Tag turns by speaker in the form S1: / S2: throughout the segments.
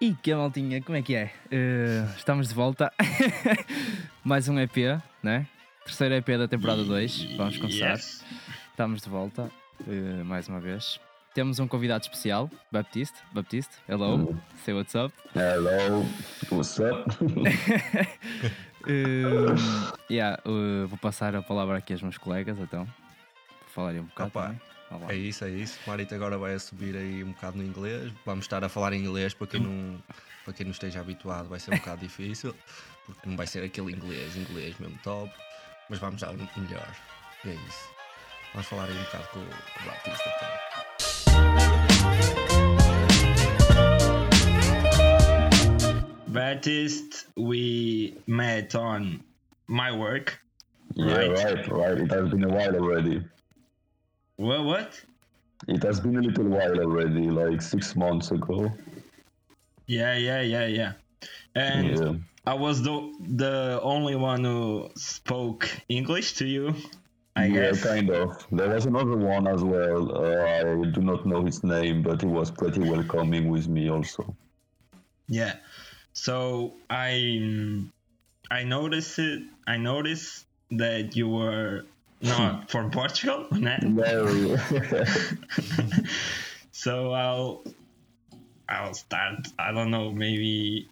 S1: E que a maltinha, como é que é? Eh, estamos de volta. Mais um EP, né? Terceiro EP da temporada 2. Vamos começar.
S2: Yes.
S1: Estamos de volta, eh, mais uma vez. Temos um convidado especial, Baptiste. Baptiste, hello, say what's up.
S3: Hello, what's up?
S1: Eh, yeah, eh, vou passar a palavra aqui aos meus colegas, então. Para falarem um bocado.
S2: Opa.
S1: também. Olá.
S2: É isso, é isso. Marita agora vai subir aí um bocado no inglês. Vamos estar a falar em inglês para quem não, para quem não esteja habituado, vai ser um bocado difícil, porque não vai ser aquele inglês, inglês mesmo top. Mas vamos dar um melhor. É isso. Vamos falar aí um bocado com o com o Batista também.
S4: Baptist, we met on my work.
S3: Yeah,
S4: Right.
S3: right, right. It has been a while already.
S4: What? What?
S3: It has been a little while already, like six months ago.
S4: Yeah, yeah, yeah, yeah. And
S3: Yeah.
S4: I was the the only one who spoke English to you. I
S3: yeah,
S4: guess.
S3: kind of. There was another one as well. Uh, I do not know his name, but he was pretty welcoming with me also.
S4: Yeah. So I I noticed it. I noticed that you were not from Portugal. né?
S3: No.
S4: so I'll I'll start. I don't know. Maybe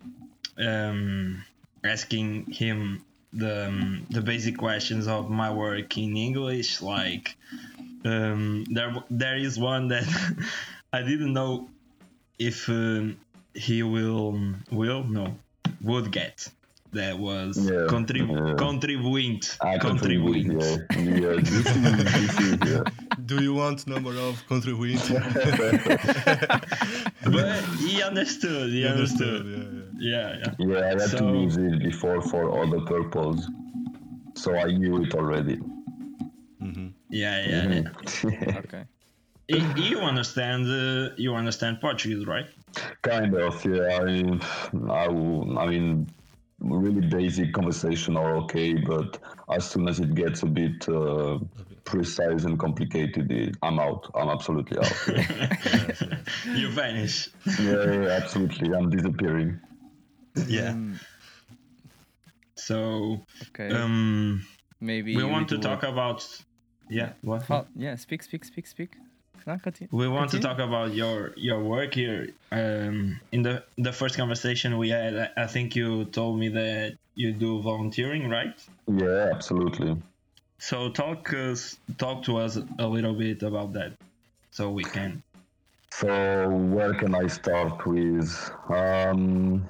S4: um, asking him the um, the basic questions of my work in English. Like um, there w- there is one that I didn't know if um, he will will no would get. That was
S3: Yeah,
S4: contrib-
S3: yeah.
S4: contribuint.
S3: I
S4: contribuint.
S3: contribute. Yeah, yeah. This is, this is, yeah.
S2: Do you want number of contributors?
S4: But he understood. He understood. Yeah, yeah.
S3: yeah, I had
S4: So-
S3: to use it before for other purpose, so I knew it already.
S4: Yeah, yeah, yeah.
S1: Ok.
S4: Y- You understand? Uh, you understand Portuguese, right?
S3: Kind of, yeah. I mean, I, w- I mean, really basic conversation are okay, but as soon as it gets a bit uh, precise and complicated, it, I'm out. I'm absolutely out. yeah,
S4: You vanish.
S3: yeah, absolutely. I'm disappearing.
S4: Yeah.
S1: Hum,
S4: So,
S1: ok.
S4: um,
S1: Maybe
S4: we want to
S1: do-
S4: talk about. Yeah. What?
S1: Fal- Yeah, speak, speak, speak, speak. Não, continue.
S4: We want to
S1: continue.
S4: talk about your your work here. Um, in the the first conversation we had, I- I think you told me that you do volunteering, right?
S3: Yeah, absolutely.
S4: So talk us, talk to us a little bit about that, so we can.
S3: So, where can I start with um,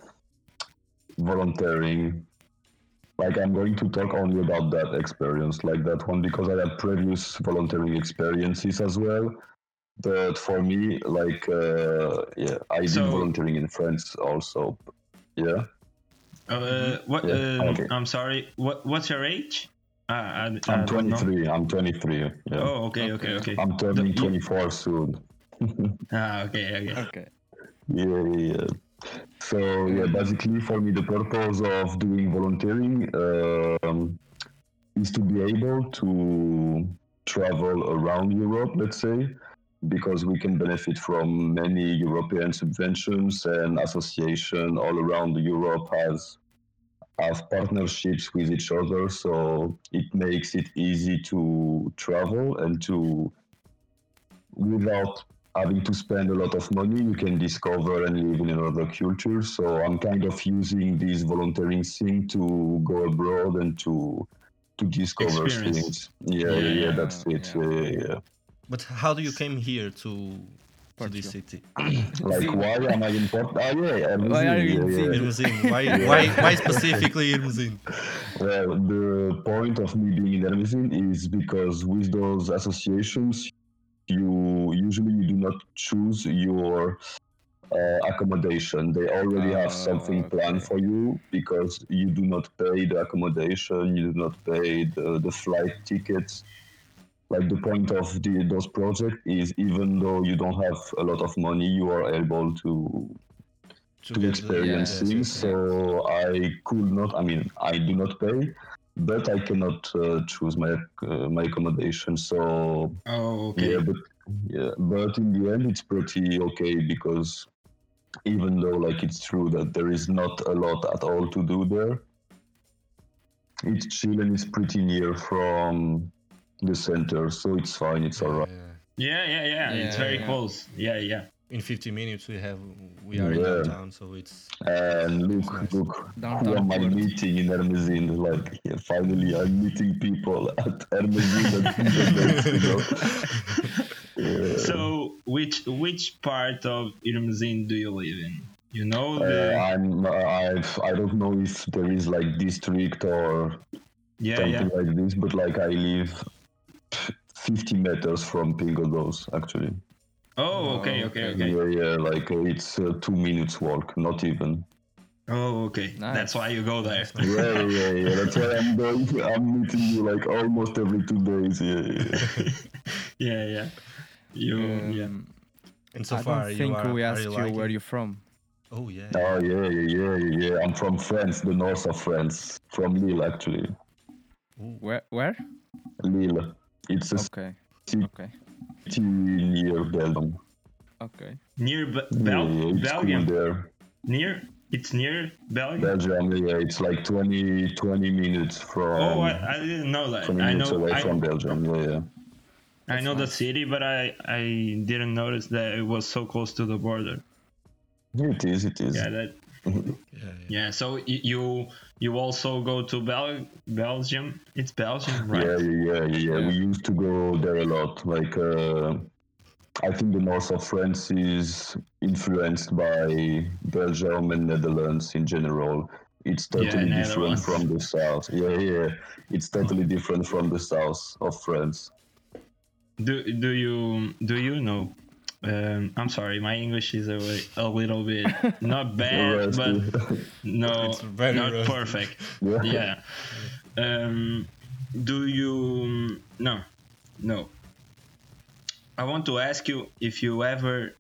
S3: volunteering? Like, I'm going to talk only about that experience, like that one, because I had previous volunteering experiences as well. But for me, like, uh, yeah, I
S4: So-
S3: did volunteering in France also. Yeah,
S4: Uh, what?
S3: Yeah,
S4: um,
S3: okay.
S4: I'm sorry. What? What's your age? Uh, I, I
S3: I'm
S4: don't know.
S3: 23. I'm 23. Yeah,
S4: Oh, okay, okay, okay.
S3: I'm turning
S4: the-
S3: 24 soon.
S4: Ah, okay, okay.
S1: Ok.
S3: Yeah, yeah. So yeah, basically for me the purpose of doing volunteering um, is to be able to travel around Europe, let's say, because we can benefit from many European subventions and association all around Europe has have partnerships with each other, so it makes it easy to travel and to without having to spend a lot of money, you can discover and live in another culture. So I'm kind of using this volunteering thing to go abroad and to to discover
S4: Experience.
S3: things. Yeah, yeah,
S4: Yeah,
S3: that's it.
S1: yeah.
S3: Yeah, yeah, yeah.
S5: But how do you came here to, to
S1: Portugal.
S5: this city?
S3: Like
S1: Zim.
S3: why am I in Porto? Ah, yeah, I'm
S1: Why are you in
S3: yeah, yeah.
S1: Zim?
S5: Irmesino. Why, why, why specifically Irmesino?
S3: Well, the point of me being in Hermesin is because with those associations, you usually you do not choose your uh, accommodation. They already
S1: Ah,
S3: have something planned
S1: okay.
S3: for you because you do not pay the accommodation, you do not pay the, the flight tickets. Like the point of the, those projects is even though you don't have a lot of money, you are able to to experience
S1: yeah,
S3: things. uh, So I could not. I mean, I do not pay, but I cannot uh, choose my uh, my accommodation. So
S4: Oh, okay.
S3: yeah, but yeah, but in the end, it's pretty okay because even though like it's true that there is not a lot at all to do there. It's chill and it's pretty near from the center, so it's fine. It's alright.
S4: Yeah, yeah, yeah. It's
S5: Yeah,
S4: very
S5: yeah.
S4: close. Yeah, yeah.
S5: In 50 minutes we have we are
S3: Yeah.
S5: in downtown, so it's
S3: And look,
S5: Nice.
S3: look, who
S1: Downtown
S3: am I
S1: Port.
S3: meeting in Hermesin? Like, yeah, finally, I'm meeting people at Hermesin. that Yeah.
S4: So, which which part of Irmzin do you live in? You know
S3: Uh,
S4: the
S3: I'm, I've, I don't know if there is like district or
S4: yeah yeah
S3: something like this, but like I live 50 meters from Pingodos, actually.
S4: oh okay okay okay
S3: Yeah, yeah, like uh, it's uh, two minutes walk, not even.
S4: oh okay
S1: Nice.
S4: that's why you go there
S3: Yeah, yeah, yeah. That's why I'm going. I'm meeting you like almost every two days. Yeah, yeah.
S4: yeah yeah you yeah
S1: Um,
S5: and so
S1: I
S5: far
S1: don't
S5: you
S1: think
S5: are,
S1: we
S5: are
S1: asked you
S5: liking-
S1: where you're from.
S5: Oh yeah.
S3: Oh yeah, yeah, yeah, yeah, yeah. I'm from France, the north of France, from Lille actually.
S1: Where? Where?
S3: Lille. It's a
S1: Okay.
S3: city
S1: Okay.
S3: near Belgium.
S1: Okay.
S4: near Be-
S3: Yeah,
S4: Bel-
S3: yeah, it's
S4: Belgium
S3: cool there.
S4: near it's near Belgium
S3: Belgium, yeah, it's like 20, 20 minutes from.
S4: oh I, I didn't know that
S3: 20
S4: I
S3: minutes
S4: know
S3: away
S4: I,
S3: from Belgium, yeah, yeah.
S4: I know the city but I I didn't notice that it was so close to the border
S3: Yeah, It is, it is.
S4: yeah that
S5: Yeah, yeah.
S4: yeah so y- you you also go to Bel- Belgium it's Belgium right
S3: Yeah, yeah, yeah, yeah, yeah. We used to go there a lot. Like, uh, I think the north of France is influenced by Belgium and Netherlands in general. It's
S4: Yeah,
S3: totally different
S4: Netherlands.
S3: from the south. Yeah, yeah. It's totally different from the south of France.
S4: Do do you do you know? Um, I'm sorry, my English is a, li- a little bit not bad, Eh, but
S3: Rusty.
S4: no,
S5: It's very
S4: not
S5: rusty.
S4: perfect.
S3: yeah.
S4: Yeah. Um, do you no, no? I want to ask you if you ever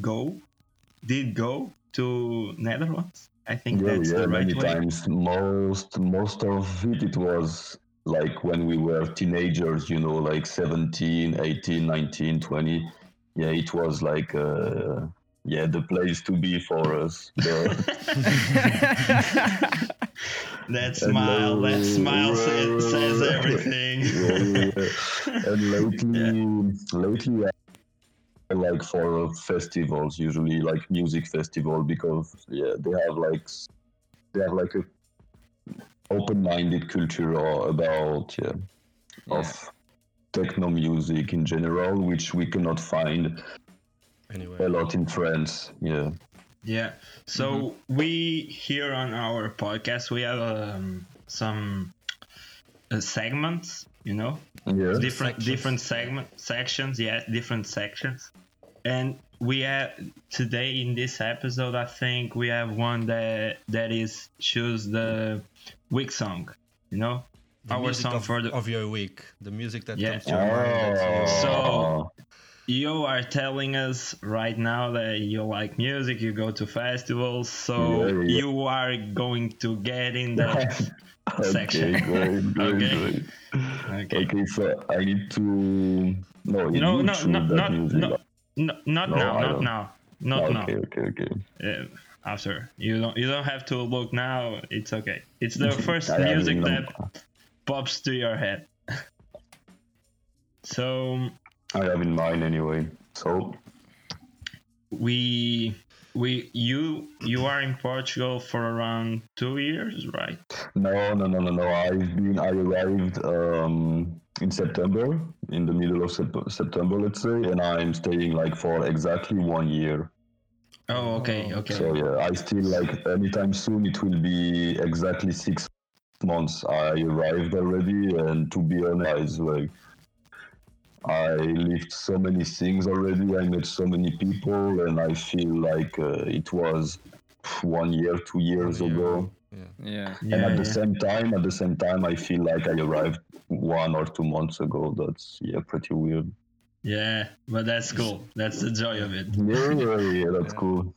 S4: go, did go to Netherlands? I think
S3: Yeah,
S4: that's
S3: yeah,
S4: the right
S3: many
S4: way.
S3: times. Most most of it it was like when we were teenagers, you know, like 17, 18, 19, 20. Yeah, it was like uh, yeah, the place to be for us. The-
S4: That smile, that smile
S3: Hello.
S4: says, says everything.
S3: yeah, yeah, yeah. And lately lately I like for festivals, usually like music festival because yeah, they have like s- they have like a open-minded culture or about yeah, of techno music in general, which we cannot find
S5: Anyway.
S3: a lot in France. Yeah,
S4: Yeah. So we here on our podcast we have um, some uh, segments, you know,
S3: yeah,
S4: different
S5: Sections.
S4: different segment sections. Yeah, different sections. And we have today in this episode, I think we have one that that is choose the week song, you know,
S5: The
S4: our
S5: music
S4: song
S5: of,
S4: for the.
S5: of your week. The music that
S4: Yeah.
S5: comes to your mind.
S3: Oh,
S5: That's your-
S4: So- You are telling us right now that you like music, you go to festivals, so
S3: Yeah, yeah.
S4: you are going to get in the section.
S3: Ah, Okay, great, great,
S4: Okay.
S3: great.
S4: Okay.
S3: Okay, so I need to. No, you
S4: No,
S3: need
S4: no,
S3: to
S4: no,
S3: that
S4: not,
S3: music.
S4: no, no, not
S3: No,
S4: now,
S3: I
S4: not
S3: don't.
S4: now, not
S3: okay, okay, okay.
S4: now. Uh, after you don't, you don't have to look now. It's okay. It's the first
S3: I- I
S4: music
S3: mean,
S4: that
S3: I'm-
S4: pops to your head. so
S3: I have in mind anyway. So
S4: we, we, you, you are in Portugal for around two years, right?
S3: no, no, no, no, no. I've been. I arrived um, in September, in the middle of sep- September, let's say, and I'm staying like for exactly one year.
S4: Oh, okay, okay.
S3: So yeah, I still like anytime soon. It will be exactly six months. I arrived already, and to be honest, like I lived so many things already. I met so many people, and I feel like uh, it was one year, two years
S5: One year.
S3: ago.
S1: Yeah.
S3: and
S4: Yeah,
S3: at the
S4: yeah.
S3: same time at the same time i feel like i arrived one or two months ago that's yeah pretty weird
S4: Yeah, but that's cool. That's the joy of it.
S3: yeah yeah yeah that's
S5: Yeah.
S3: cool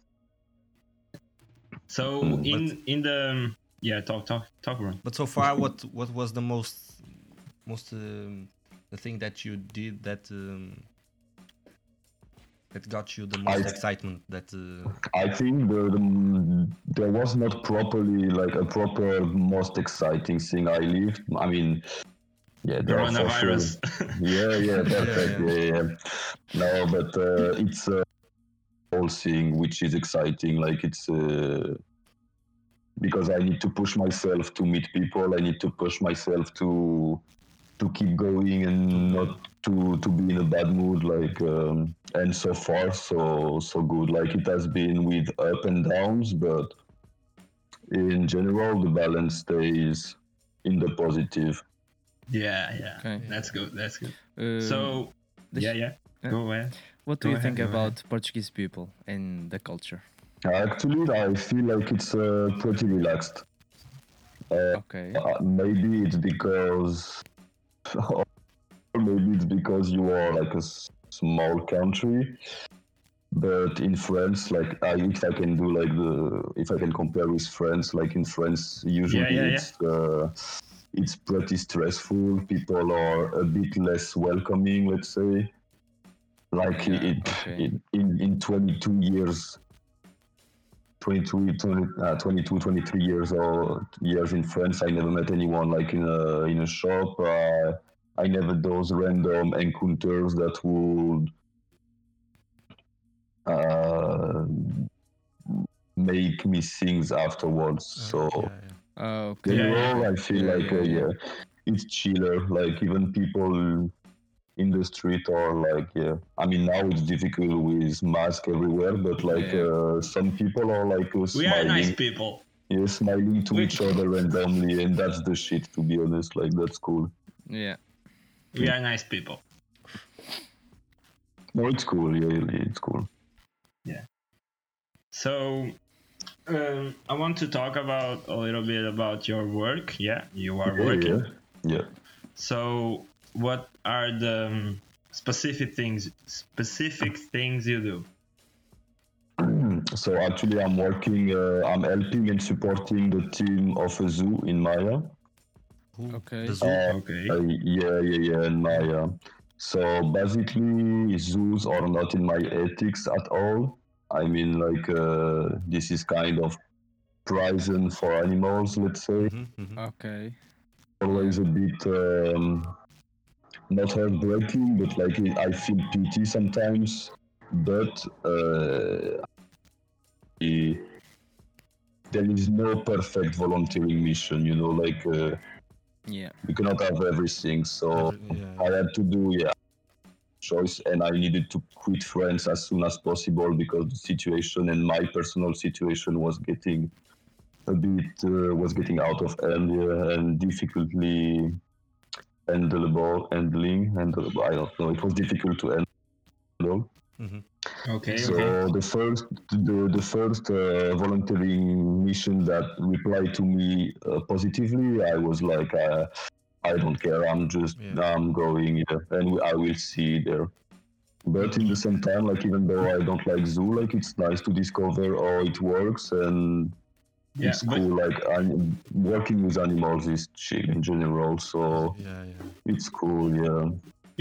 S4: So
S3: Mm,
S4: in in the yeah, talk talk talk Ron.
S5: But so far, what what was the most most um, the thing that you did that um, that got you the most excitement? That uh,
S3: I think the, the, there was not properly like a proper most exciting thing I lived. I mean, yeah, there are for sure.
S4: Coronavirus.
S3: Yeah, yeah, perfect. yeah, yeah. No, but uh, it's a whole thing which is exciting. Like it's uh, because I need to push myself to meet people. I need to push myself to to keep going and not to to be in a bad mood like um, and so far so so good like it has been with up and downs but in general the balance stays in the positive
S4: yeah, yeah.
S1: Okay.
S4: That's good. That's good.
S1: Um,
S4: so,
S1: this-
S4: yeah, yeah.
S1: yeah.
S4: Go ahead.
S1: what do
S4: go
S1: you
S4: ahead,
S1: think
S4: go ahead.
S1: about Portuguese people and the culture?
S3: actually i feel like it's uh, pretty relaxed uh,
S1: Okay.
S3: Uh, maybe it's because or maybe it's because you are like a s- small country but in france like I, if i can do like the if i can compare with france like in france usually
S4: yeah, yeah.
S3: it's uh, it's pretty stressful people are a bit less welcoming let's say like
S1: Yeah,
S3: it,
S1: okay.
S3: it, in in 22 years 22, 20, uh, 22 23 years old years in france i never met anyone like in a in a shop uh, i never those random encounters that would uh, make me things afterwards so
S5: uh, yeah, yeah.
S1: Oh,
S3: in
S1: okay.
S4: Yeah,
S3: general, I feel
S1: Yeah,
S3: like
S1: yeah,
S3: uh,
S1: yeah.
S3: yeah, it's chiller. Like even people in the street are like, yeah. I mean, now it's difficult with mask everywhere, but like
S1: Yeah.
S3: uh, some people are like uh,
S4: We are
S3: smiling,
S4: nice people.
S3: yeah, smiling to
S4: We-
S3: each other randomly, and that's the shit. To be honest, like that's cool.
S1: Yeah.
S4: We are nice people.
S3: No, it's cool. Yeah, yeah, it's cool.
S4: So, um, I want to talk about a little bit about your work. Yeah, you are
S3: Yeah,
S4: working.
S3: yeah, yeah.
S4: So, what are the um, specific things? Specific things you do?
S3: so actually i'm working uh, i'm helping and supporting the team of a zoo in maya
S5: Who-
S1: Okay.
S5: the zoo?
S4: Okay.
S3: Uh, yeah, yeah, yeah, and my uh, so basically zoos are not in my ethics at all. I mean, like uh, this is kind of prison for animals, let's say.
S5: Mhm,
S1: uh,
S5: mhm.
S1: Okay.
S3: Always a bit um, not heartbreaking, but like I feel pity sometimes. But uh, I- there is no perfect volunteering mission, you know, like uh,
S1: Yeah.
S3: you cannot have everything. So.
S5: Every- yeah,
S3: I had to do yeah choice and I needed to quit France as soon as possible because the situation and my personal situation was getting a bit uh, was getting out of hand yeah, and difficultly handleable handling and I don't know it was difficult to handle
S5: mhm.
S4: Okay.
S3: Uh, so
S4: okay.
S3: the first the, the first uh, volunteering mission that replied to me uh, positively i was like uh, i don't care i'm just
S5: Yeah.
S3: i'm going here and i will see there but in the same time like even though i don't like zoo like it's nice to discover how it works and
S4: Yeah,
S3: it's
S4: but-
S3: cool like I'm, working with animals is chill in general so
S5: yeah, yeah.
S3: it's cool yeah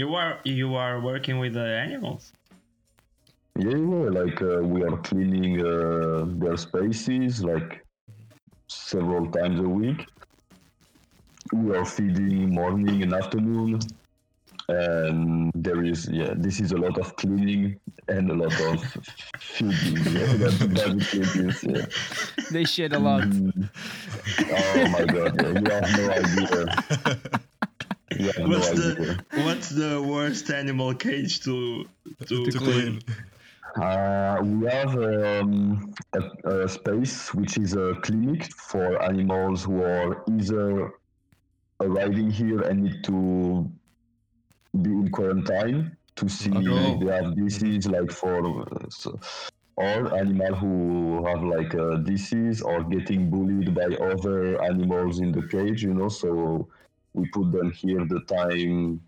S4: You are you are working with the animals.
S3: Yeah, yeah, like uh, we are cleaning uh, their spaces like several times a week. We are feeding morning and afternoon. And there is, yeah, this is a lot of cleaning and a lot of feeding. Yeah, that's basically it is, yeah.
S1: They shit a lot.
S3: Mm. Oh my god, yeah, you have no idea. You have
S4: What's
S3: no idea.
S4: the what's the worst animal cage to to,
S5: To clean.
S3: Uh, we have um, a, a space which is a clinic for animals who are either arriving here and need to be in quarantine to see
S4: Okay.
S3: if they have disease, like for uh, so, or animal who have like a disease or getting bullied by other animals in the cage, you know. So we put them here the time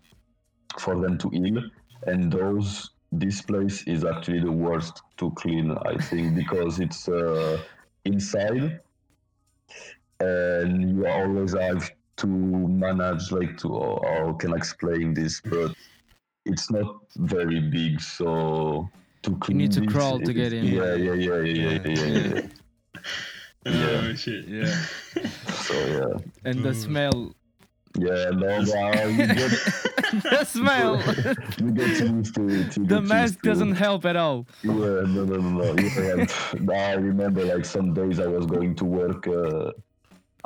S3: for them to heal and those this place is actually the worst to clean i think because it's uh, inside and you always have to manage like to oh, or, or can explain this but it's not very big so to
S1: You
S3: clean
S1: need to
S3: this,
S1: crawl to
S3: it's-
S1: get in.
S3: Yeah, yeah, yeah, yeah, yeah, yeah. yeah, yeah.
S4: Oh shit.
S1: Yeah.
S3: So yeah,
S1: And the smell.
S3: yeah. No, no, you get
S1: The smell!
S3: you get used to it. you
S1: the
S3: get
S1: mask
S3: used to it.
S1: doesn't help at all.
S3: Yeah, no, no, no, no. Yeah, and I remember like some days I was going to work uh,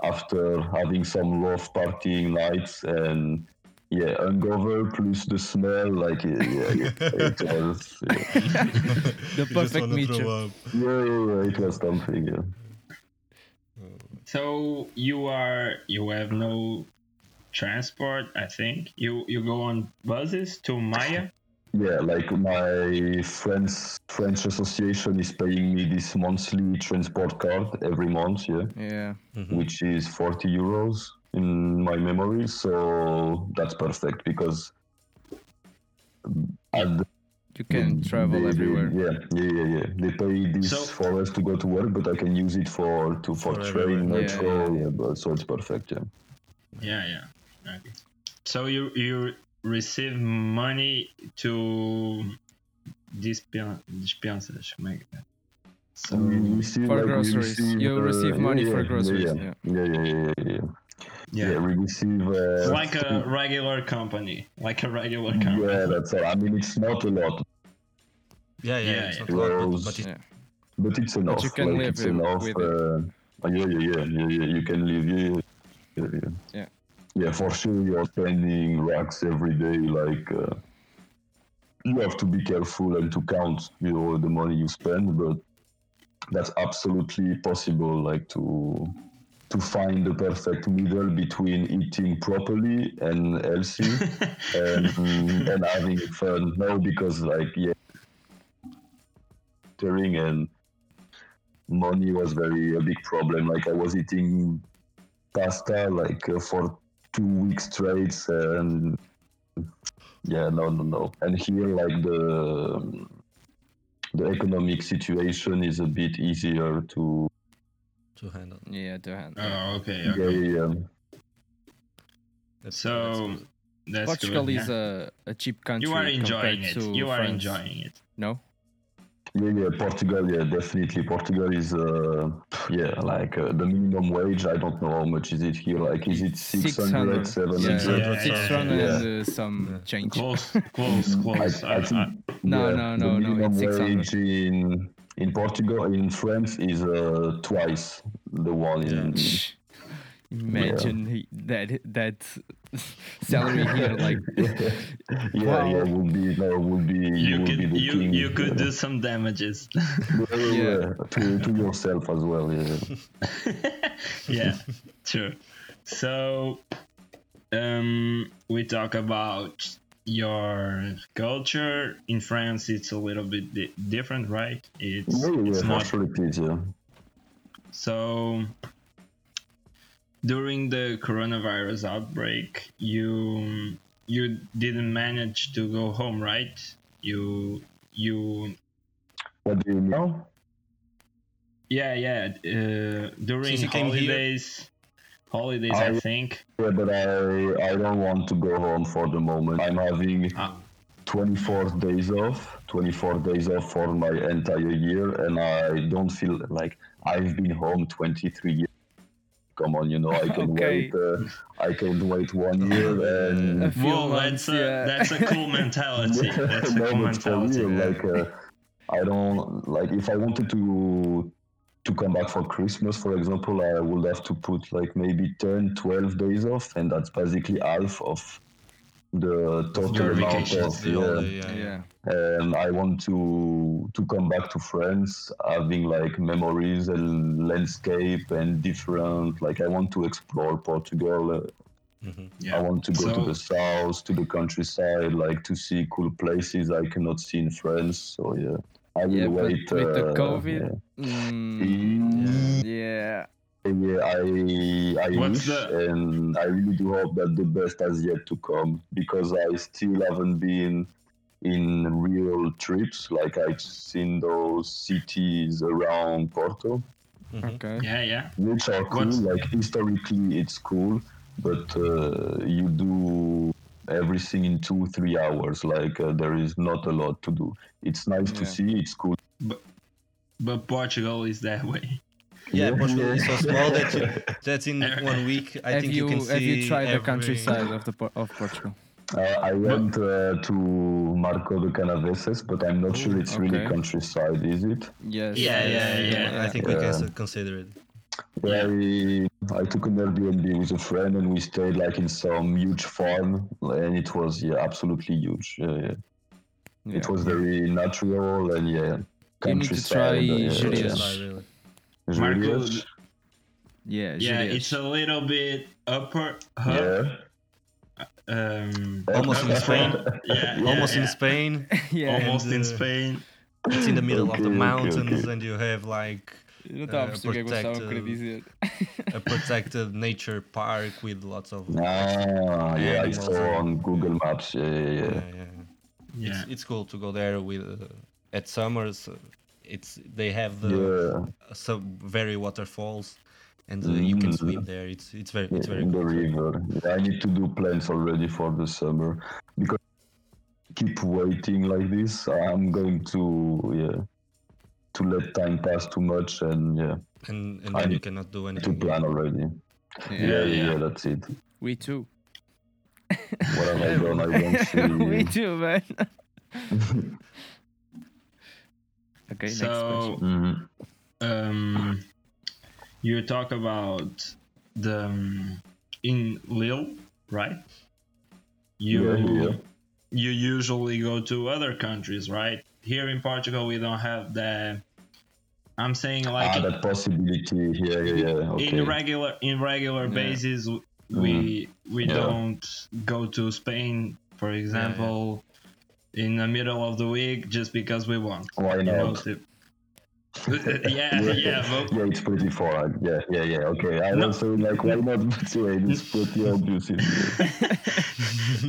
S3: after having some rough partying nights and yeah, hungover plus the smell, like yeah, yeah, yeah, it was, yeah,
S1: The
S5: You just
S1: perfect
S5: wanna
S1: mixture.
S5: throw up.
S3: yeah, yeah, yeah, it was something. Yeah.
S4: So you are you have no transport, I think. You you go on buses to Maya.
S3: Yeah, like my friends French association is paying me this monthly transport card every month, yeah,
S1: Yeah.
S5: Mm-hmm.
S3: which is 40 euros in my memory. So that's perfect because at the,
S1: You can travel
S3: they- they-
S1: everywhere.
S3: Yeah, yeah, yeah, yeah. They pay this
S4: So-
S3: for us to go to work, but I can use it for to
S5: For
S3: for, train,
S1: everywhere. Yeah,
S3: metro, yeah, but, so it's perfect. Yeah.
S4: Yeah, yeah. Okay. So you you receive money to dispen- dispensers. my God. So
S3: We receive,
S1: For
S3: like, we
S1: groceries.
S3: receive,
S1: You receive money for groceries,
S3: Yeah, yeah, yeah, yeah, yeah. yeah, yeah.
S4: yeah.
S3: Yeah, we receive. Uh,
S4: It's like a regular company, like a regular company.
S3: Yeah, that's all. I mean, it's not a lot,
S5: Yeah, yeah,
S4: Yeah,
S5: it's not
S3: yeah.
S5: a lot, but, but it,
S1: Yeah.
S3: but it's enough.
S1: you can
S3: like,
S1: live
S3: it's
S1: with-
S3: enough.
S1: with it.
S3: uh, yeah, yeah, yeah, yeah, yeah. You can live. Yeah, yeah, yeah.
S1: Yeah.
S3: Yeah, for sure. You're spending racks every day. Like, uh, you have to be careful and to count, you know, the money you spend. But that's absolutely possible. Like to to find the perfect middle between eating properly and healthy and, and having fun. No, because like yeah, catering and money was very a big problem. Like I was eating pasta like uh, for two weeks straight, and yeah, no, no, no. And here like the um, the economic situation is a bit easier to
S5: to handle.
S1: Yeah, to hand.
S4: Oh, okay.
S3: yeah,
S4: okay.
S3: yeah, yeah.
S5: That's,
S4: So
S5: that's good.
S4: that's
S1: Portugal
S4: good,
S1: is
S4: yeah.
S1: a, a cheap country.
S4: You are enjoying
S1: compared
S4: it.
S1: to
S4: You are
S1: France.
S4: enjoying it.
S1: No?
S3: Yeah, yeah, Portugal, yeah, definitely. Portugal is, uh, yeah, like uh, the minimum wage. I don't know how much is it here. Like, is it 600,
S1: 600. Yeah,
S3: 700?
S4: Yeah, yeah,
S1: 600
S3: yeah.
S1: and uh, some
S5: Yeah.
S1: change.
S4: Close, close, close.
S3: Mm,
S4: Uh,
S3: I, I think,
S1: No,
S3: yeah,
S1: no,
S3: the
S1: no, no,
S3: minimum
S1: it's 600.
S3: wage in, in Portugal, in France, is uh, twice the one in.
S1: Imagine he- that that salary here, like
S3: yeah, yeah, would be, no, would be,
S4: uh, you
S3: would be
S4: could
S3: the
S4: you
S3: king.
S4: you could do some damages.
S3: Yeah, yeah,
S1: Yeah.
S3: yeah, To, to yourself as well, yeah.
S4: yeah, sure. So, um, we talk about your culture in France. It's a little bit di- different, right? It's
S3: Yeah, yeah,
S4: it's
S3: yeah, for
S4: not
S3: sure it is, yeah.
S4: so. During the coronavirus outbreak, you you didn't manage to go home, right? You you
S3: What do you mean?
S4: yeah yeah uh, during
S5: Since you came here-
S4: holidays holidays I
S3: I-
S4: think
S3: Yeah, but I I don't want to go home for the moment. I'm having
S4: Ah.
S3: 24 days off, 24 days off for my entire year, and I don't feel like I've been home 23 years. Come on, you know I can
S1: Okay.
S3: wait. Uh, I can wait one year and.
S1: a few
S4: Whoa,
S1: months.
S4: that's a
S1: yeah.
S4: that's a cool mentality. Uh, That's a
S3: No,
S4: cool
S3: but for
S4: mentality.
S3: real,
S4: man.
S3: like uh, I don't like if I wanted to to come back for Christmas, for example, I would have to put like maybe 10, 12 days off, and that's basically half of the total
S4: your
S3: amount
S4: vacation,
S3: of
S5: the
S3: yeah.
S5: older, yeah, yeah.
S1: yeah,
S3: And I want to to come back to France, having like memories and landscape and different. Like I want to explore Portugal. uh,
S5: Mhm.
S3: I
S4: yeah.
S3: want to go
S4: So-
S3: to the south, to the countryside, like to see cool places I cannot see in France. So yeah, I will
S1: yeah, but
S3: wait.
S1: with the
S3: uh,
S1: COVID, mm,
S3: Yeah,
S1: yeah,
S3: Yeah, I I
S4: What's
S3: wish
S4: the-
S3: and I really do hope that the best has yet to come because I still haven't been in real trips. Like I've seen those cities around Porto,
S1: okay,
S4: yeah, yeah.
S3: which are cool.
S4: What's-
S3: Like historically, it's cool, but uh, you do everything in two three hours. Like uh, there is not a lot to do. It's nice to
S1: Yeah.
S3: see. It's cool.
S4: But Portugal is that way.
S5: Yeah,
S3: Yeah.
S5: Portugal is so small that you, that in
S4: Yeah.
S5: one week I
S1: have
S5: think
S1: you,
S5: can see
S1: have you tried
S5: every...
S1: the countryside of the por- of Portugal?
S3: Uh, I went uh, to Marco de Canaveses, but I'm not sure it's really
S1: okay.
S3: countryside, is it?
S1: Yes.
S4: Yeah, yeah, yeah.
S5: I think we
S3: Yeah.
S5: can s- consider it.
S3: Yeah. I, I took an Airbnb with a friend and we stayed like in some huge farm, and it was yeah absolutely huge. Yeah, yeah.
S1: Yeah.
S3: It was very natural and yeah.
S1: You need to try
S3: Countryside. uh,
S1: Julius.
S5: July, really.
S4: Marco-
S3: Julius?
S1: Yeah,
S4: Yeah,
S1: Judea.
S4: it's a little bit upper. Huh?
S3: Yeah.
S4: Um,
S5: Almost in
S4: upper
S5: Spain.
S4: Spain. Yeah, yeah,
S5: Almost in
S4: yeah.
S5: Spain.
S1: yeah.
S4: Almost in
S5: And, uh,
S4: Spain.
S5: It's in the middle
S3: Okay,
S5: of the
S3: okay,
S5: mountains,
S3: okay.
S5: and you have like
S1: Eu não estava a
S5: uh,
S1: perceber o que é que eu estava a querer
S5: protected-
S1: dizer.
S5: a protected nature park with lots of.
S3: Ah, yeah, I
S5: Animals
S3: saw
S5: and-
S3: on Google Maps. Yeah, yeah,
S5: Yeah,
S3: yeah.
S5: yeah.
S4: Yeah.
S5: It's, it's cool to go there with uh, at summers. uh, It's they have the
S3: Yeah,
S5: some very waterfalls, and uh, you can
S3: Mm.
S5: swim there. It's it's very it's very
S3: in the
S5: cool.
S3: river. Yeah, I need to do plans already for the summer because keep waiting like this. I'm going to yeah to let time pass too much and yeah
S5: and and
S3: I
S5: then you
S3: need
S5: cannot do
S3: to
S5: anything.
S3: plan already. Yeah,
S1: Yeah.
S3: yeah,
S4: yeah.
S3: that's it.
S1: We too.
S3: What have I done? I won't
S1: We
S3: see.
S1: too, man. okay, next question.
S4: so
S3: Mhm.
S4: um, you talk about the um, in Lille, right? You
S3: Yeah, yeah.
S4: you usually go to other countries, right? Here in Portugal, we don't have that. I'm saying like
S3: ah, that possibility. Yeah, yeah, yeah. Okay. Mm.
S4: in regular in regular
S1: Yeah.
S4: basis w- we we
S3: Yeah.
S4: don't go to Spain for example in the middle of the week just because we want
S3: Why
S4: you know,
S3: not?
S4: to- Uh, yeah yeah but
S3: yeah, it's pretty far. Yeah, yeah, yeah. Okay, I
S4: No.
S3: was saying like, why not? But yeah, it's pretty obvious. yeah.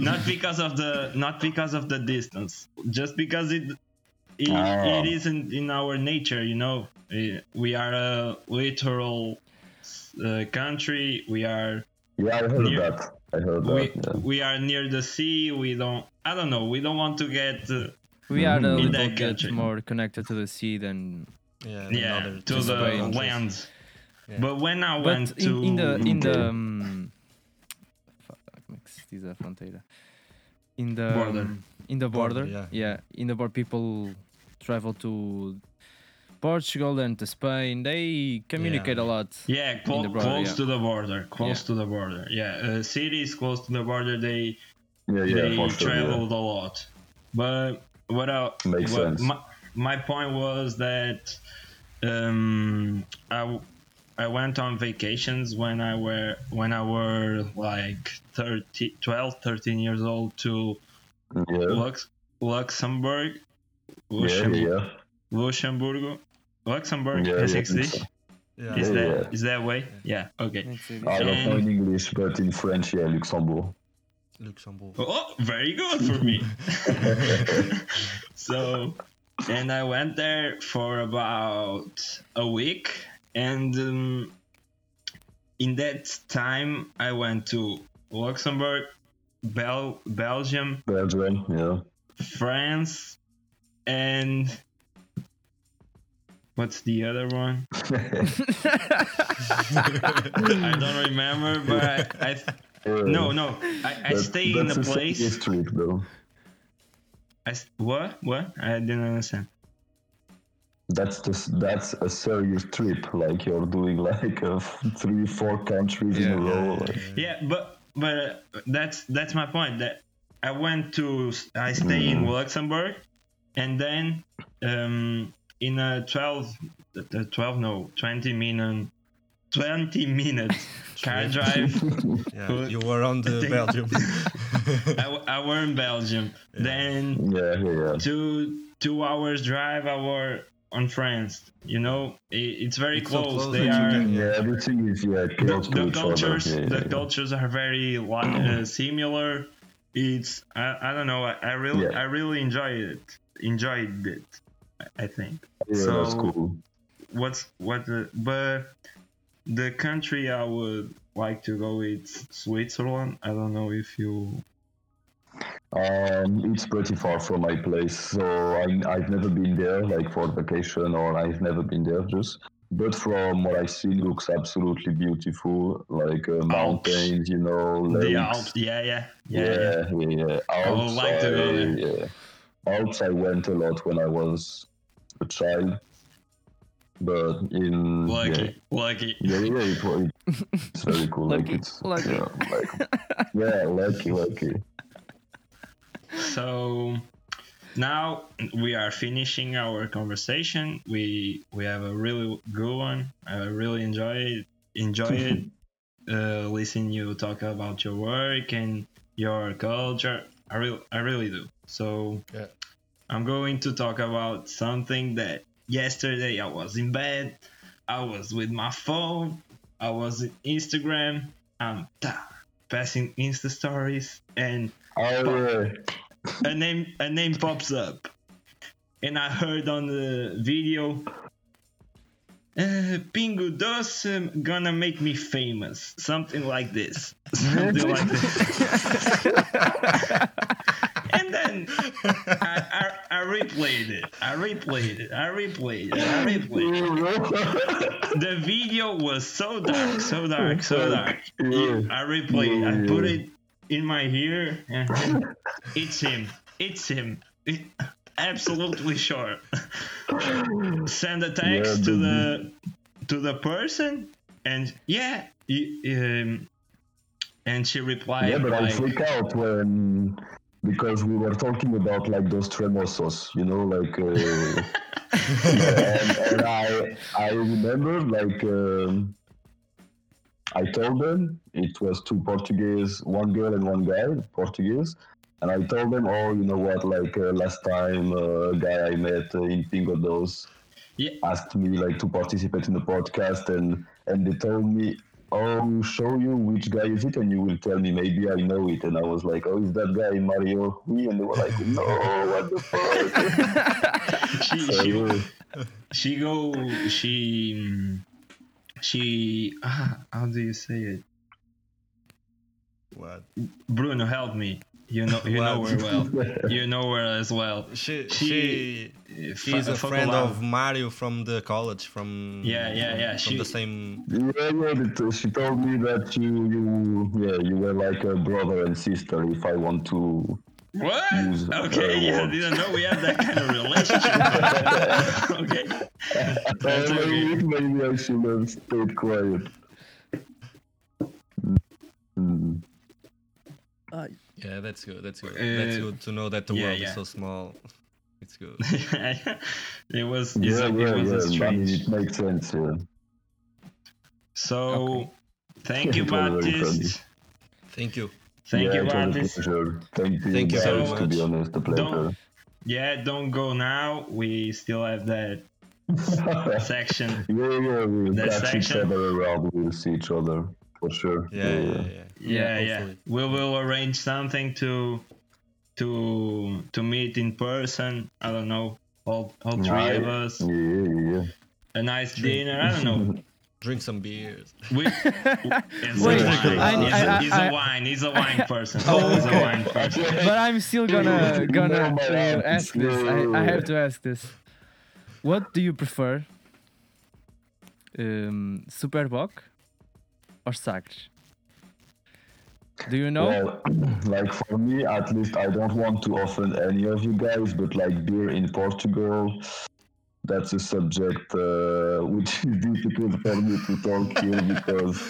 S4: not because of the not because of the distance just because it it,
S3: Ah.
S4: it isn't in our nature you know Eh, we are a literal uh, country we are
S3: Yeah, I heard
S4: You-
S3: that. I heard
S4: we,
S3: that. yeah.
S4: we are near the sea we don't i don't know we don't want to get uh,
S1: We are a
S3: In
S1: little
S4: that
S1: bit
S4: country.
S1: more connected to the sea than.
S5: Yeah, and
S4: yeah
S5: other-
S4: to
S5: just
S4: the
S5: other countries.
S4: land
S5: Yeah.
S4: but when i
S1: But
S4: went
S1: in,
S4: to
S1: in the in
S3: Okay.
S1: the um, hum, fa- como é que se diz a fronteira? In the
S4: Border.
S1: hum, in the
S5: Border,
S1: border,
S5: yeah.
S1: in the border people travel to Portugal and to Spain. They communicate a lot.
S4: yeah clo-
S1: in the border,
S4: close
S1: yeah.
S4: to the border close
S1: Yeah.
S4: to the border yeah uh, cities close to the border they
S3: Yeah, yeah,
S4: they
S3: for sure. Yeah.
S4: traveled a lot. But what I,
S3: Makes
S4: what
S3: sense.
S4: My, my point was that um, I w- I went on vacations when I were when I were like 30, 12, 13 years old to
S3: Yeah,
S4: Lux, Luxembourg,
S3: yeah,
S4: Luxem,
S3: yeah.
S4: Luxemburgo, Luxembourg.
S3: Yeah,
S4: I
S3: yeah,
S4: think
S3: I think
S4: this-
S3: so.
S5: Yeah.
S4: Is
S3: Yeah,
S4: that
S3: yeah.
S4: is that way? Yeah. Okay.
S1: Let's say this.
S3: I don't know
S4: And-
S3: in English, but in French, yeah, Luxembourg.
S5: Luxembourg.
S4: Oh, very good for me. so, and I went there for about a week, and um, in that time, I went to Luxembourg, Bel- Belgium,
S3: Belgium, yeah.
S4: France, and what's the other one? I don't remember, but I, I
S3: Yeah.
S4: no, no, I, I
S3: That-
S4: stay in
S3: that's
S4: the
S3: a city
S4: place.
S3: District, though.
S4: I s what? What? I didn't understand.
S3: That's the, that's a serious trip. Like you're doing like uh, three, four countries in a
S1: Yeah,
S3: row. Like,
S4: Yeah, but but uh, that's that's my point. That I went to I stay in
S5: Mm.
S4: Luxembourg, and then um, in a 12, uh, 12 no twenty minute twenty minute car drive.
S5: Yeah, you were on the
S4: Thing.
S5: Belgium.
S4: I, w- I were in Belgium. Then
S3: yeah, yeah, yeah.
S4: two two hours drive. I were on France. You know, it, it's very
S5: It's so
S4: close.
S5: close
S4: They
S5: that you
S4: are.
S5: can
S3: Yeah, everything is yeah close to
S4: the
S3: each
S4: cultures
S3: other.
S4: the
S3: Yeah, yeah, Mm. yeah.
S4: cultures are very li- uh, similar it's I, I don't know I, I really
S3: Yeah.
S4: I really enjoyed it enjoyed it I- I think
S3: Yeah, that's
S4: so-
S3: cool.
S4: what's what the, but the country I would like to go is Switzerland I don't know if you
S3: Um, it's pretty far from my place, so I, I've never been there, like for vacation, or I've never been there just. But from what I've seen, looks absolutely beautiful, like uh, mountains, you know,
S4: The
S3: lakes.
S4: Alps. Yeah, yeah, yeah. yeah.
S3: Yeah, yeah, yeah.
S4: I would
S3: Alps,
S4: like to go there.
S3: yeah. Alps, I went a lot when I was a child, but in
S4: Lucky,
S3: yeah.
S4: lucky.
S3: Yeah, yeah, it was, it's very cool. like
S1: Lucky,
S3: it's
S1: lucky.
S3: Yeah, like, yeah, lucky, lucky.
S4: So now we are finishing our conversation. We we have a really good one. I really enjoy it. Enjoy it. Uh, listen you talk about your work and your culture. I really I really do. So
S5: Yeah.
S4: I'm going to talk about something that yesterday I was in bed. I was with my phone. I was in Instagram. I'm tired. Passing Insta stories and
S3: Oh, yeah.
S4: a name a name pops up and i heard on the video uh, pingu dos um, gonna make me famous something like this something like this and then I, I, I replayed it i replayed it i replayed it i replayed
S3: Mm-hmm.
S4: it the video was so dark so dark so dark
S3: Yeah.
S4: I replayed. I put it in my ear, and it's him. It's him. It- absolutely sure. Send a text
S3: Yeah,
S4: to the to the person, and yeah, y- um, and she replied
S3: yeah, but
S4: like,
S3: I freak out when because we were talking about like those tremosos, you know, like. Uh, yeah, and, and I I remember like um, I told them it was two Portuguese, one girl and one guy, Portuguese. And I told them, oh, you know what? Like uh, last time, uh, a guy I met uh, in Pingo Dos
S4: Yeah.
S3: asked me like to participate in the podcast, and and they told me, oh, show you which guy is it, and you will tell me. Maybe I know it. And I was like, oh, is that guy Mario? Hui? And they were like, no, what the fuck?
S4: she, she
S3: So,
S4: she go she she ah, how do you say it?
S5: What?
S4: Bruno, help me. You know you know
S5: What?
S4: her well. You know her as well.
S5: She
S4: She-
S5: she she's
S4: Fa-
S5: a friend
S4: Facolab.
S5: of Mario from the college from
S4: Yeah, yeah, yeah,
S5: from
S4: she-
S5: the same
S3: Yeah, yeah, but she told me that you, you, yeah, you were like a brother and sister. If I want to,
S4: What?
S3: Use
S4: Okay,
S3: her
S4: yeah, I
S3: words.
S4: didn't know we have that kind of relationship. okay. That's okay.
S3: maybe, maybe I should have stayed quiet. Mm.
S5: Yeah, that's good. That's good.
S4: Uh,
S5: that's good to know that the
S4: yeah,
S5: world
S4: yeah.
S5: is so small. It's good.
S4: it was,
S3: Yeah,
S4: it's-
S3: yeah,
S4: it was a
S3: yeah. I mean,
S4: strange.
S3: it makes sense. Yeah.
S4: So,
S1: Okay.
S4: thank you,
S3: It was very
S4: Baptiste.
S5: Thank you.
S4: Thank
S3: yeah,
S4: you,
S3: it was a
S4: Baptiste.
S3: pleasure. Thank you,
S5: Thank you
S3: guys,
S4: so
S3: to be
S5: much.
S3: honest, a pleasure.
S4: Don't- Yeah, don't go now. We still have that section.
S3: yeah, yeah, we'll
S4: The
S3: catch each
S4: section.
S3: other around. We'll see each other for sure.
S5: Yeah, yeah, yeah.
S4: Yeah, yeah.
S5: hopefully.
S4: We will arrange something to to to meet in person. I don't know. All, all three of
S3: Right.
S4: us.
S3: yeah, yeah. yeah.
S4: A nice dinner. I don't know.
S5: Drink some beers.
S4: We, it's a
S1: Wait,
S4: wine.
S1: I-
S4: he's,
S1: I-
S4: a, he's a
S1: I-
S4: wine. He's a wine person. Oh, he's a wine person.
S1: But I'm still gonna gonna
S3: No, but,
S1: uh,
S3: uh,
S1: ask this. I, I have to ask this. What do you prefer? Um, Superbock or Sagres? Do you know?
S3: Well, like for me, at least, I don't want to offend any of you guys, but like beer in Portugal, that's a subject uh, which is difficult for me to talk here because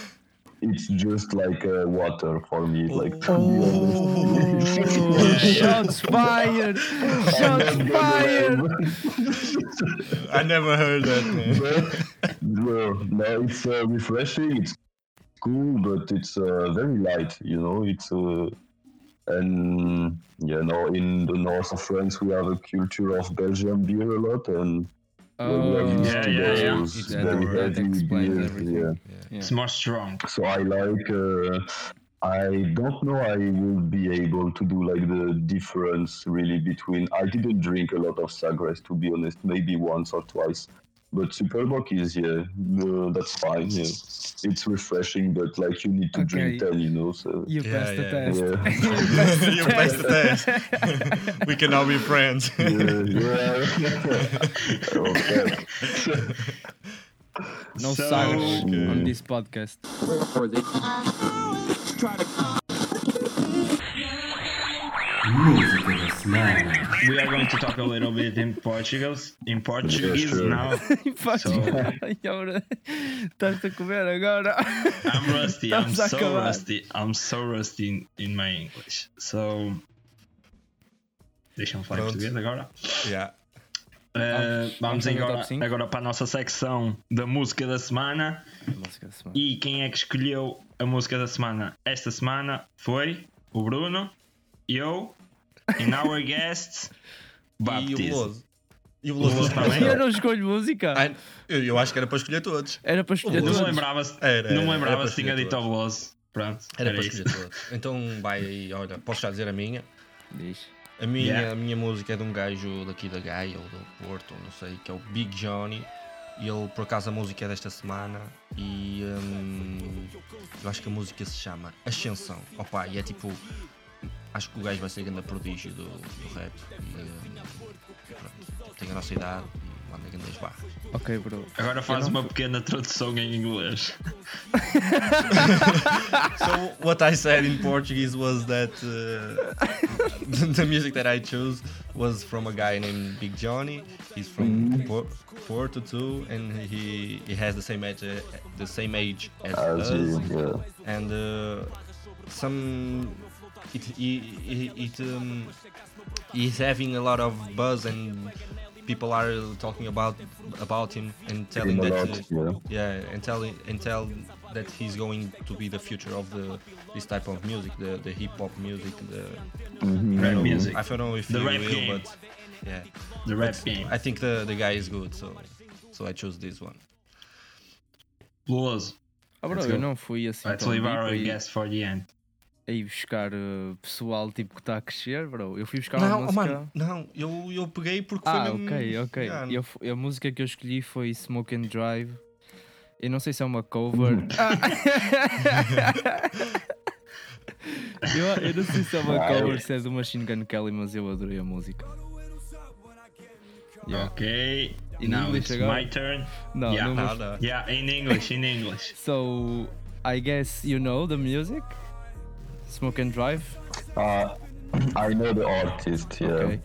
S3: it's just like uh, water for me. Like to
S5: Oh.
S3: be honest.
S1: Oh, shots fired! Shots fired!
S5: I never heard that. Man.
S3: no, no, it's uh, refreshing. It's cool, but it's uh, very light. You know, it's uh, and you know, in the north of France, we have a culture of Belgian beer a lot, and we're
S1: Oh,
S3: used
S4: yeah,
S3: to
S4: yeah, yeah.
S3: those
S5: It's
S3: very
S5: more-
S1: that
S3: heavy
S1: explains
S3: beers,
S1: everything.
S3: yeah.
S4: It's more strong.
S3: So I like. Uh, I don't know. I will be able to do like the difference really between. I didn't drink a lot of Sagres to be honest. Maybe once or twice, But Superbock is yeah, no, that's fine. Yeah, it's refreshing, but like you need to drink
S1: Okay.
S3: ten, you know. So
S1: You
S5: Yeah,
S1: passed the
S5: yeah.
S1: test.
S3: yeah,
S5: you passed the test. we can now be friends.
S3: yeah, yeah. okay.
S1: No
S4: So-
S1: sours
S3: Okay.
S1: on this podcast.
S6: Música da semana.
S4: We are going to talk a little bit in Portuguese. In Portuguese
S3: sure.
S4: now.
S1: Impacto. Estás a comer agora.
S4: I'm rusty. I'm
S1: Estamos a
S4: so
S1: acabar.
S4: rusty. I'm so rusty in, in my English. So deixa-me falar em
S5: Pronto.
S4: português agora.
S5: yeah.
S4: Eh,
S1: Ah, vamos
S4: vamos
S1: ao
S4: agora,
S1: top cinco.
S4: agora para a nossa secção da música da semana. E quem é que escolheu a música da semana? Esta semana foi o Bruno, eu e our guest
S5: E o
S4: Baptiste.
S5: Veloso. E o
S4: Veloso
S5: Veloso
S4: também.
S1: Eu não escolho música.
S5: Ah, eu, eu acho que era para escolher todos.
S1: Era para escolher
S5: Veloso.
S4: Não
S1: todos.
S4: lembrava-se,
S5: Era,
S4: não
S5: era,
S4: lembrava
S5: era
S4: se tinha
S5: para
S4: dito ao Veloso. Pronto,
S5: Era,
S4: era,
S5: para
S4: isso.
S5: escolher todos. Então vai aí, olha, posso já dizer a minha.
S1: Diz.
S5: A minha,
S4: Yeah.
S5: a minha música é de um gajo daqui da Gaia ou do Porto, ou não sei, que é o Big Johnny. E ele, por acaso, a música é desta semana. E hum, eu acho que a música se chama Ascensão. Opa, e é tipo. Acho que o gajo vai ser grande prodígio do, do rap. E, hum, pronto, tem a nossa idade e manda grandes barras.
S1: Ok, bro.
S4: Agora faz uma pequena tradução em inglês.
S5: So what I said in Portuguese was that uh, the music that I chose was from a guy named Big Johnny. He's
S3: Mm-hmm.
S5: from Por- Porto too, and he he has the same age uh, the same age as
S3: As you,
S5: us.
S3: yeah.
S5: And uh, some it he- he- it, um, he's having a lot of buzz and people are talking about about him and telling
S3: Him a
S5: that.
S3: lot,
S5: uh,
S3: yeah.
S5: yeah and tell and tell that he's going to be the future of the this type of music the the hip hop music the
S3: Mm-hmm.
S4: Rap
S5: I,
S4: music.
S5: don't know if
S4: The
S5: you
S4: rap
S5: will
S4: game.
S5: but yeah
S4: The rap game.
S5: I think the the guy is good so so I chose this one
S4: Veloso,
S1: Ah, bro,
S4: Let's
S1: eu
S4: go.
S1: não fui assim.
S4: let's
S1: tão
S4: leave
S1: deep
S4: our
S1: aí-
S4: guest for the end.
S1: aí buscar eh, pessoal tipo que está a crescer, bro. Eu fui buscar
S5: não
S1: uma
S5: oh,
S1: música.
S5: mano não eu eu peguei porque foi
S1: Ah,
S5: mesmo-
S1: ok, ok.
S5: Yeah,
S1: Eu fu- a música que eu escolhi foi Smoke and Drive. Eu não sei se é uma cover. Ah. eu, eu não sei se é uma cover, se é do Machine Gun Kelly, mas eu adorei a música. Yeah.
S4: Ok,
S1: In
S4: now
S1: English
S4: it's
S1: agora?
S4: my turn.
S1: Não,
S4: Yeah.
S1: não vou-
S5: nada.
S4: Yeah, in English, in English.
S1: So, I guess you know the music? Smoke and Drive?
S3: Uh, I know the artist. Yeah.
S1: Okay.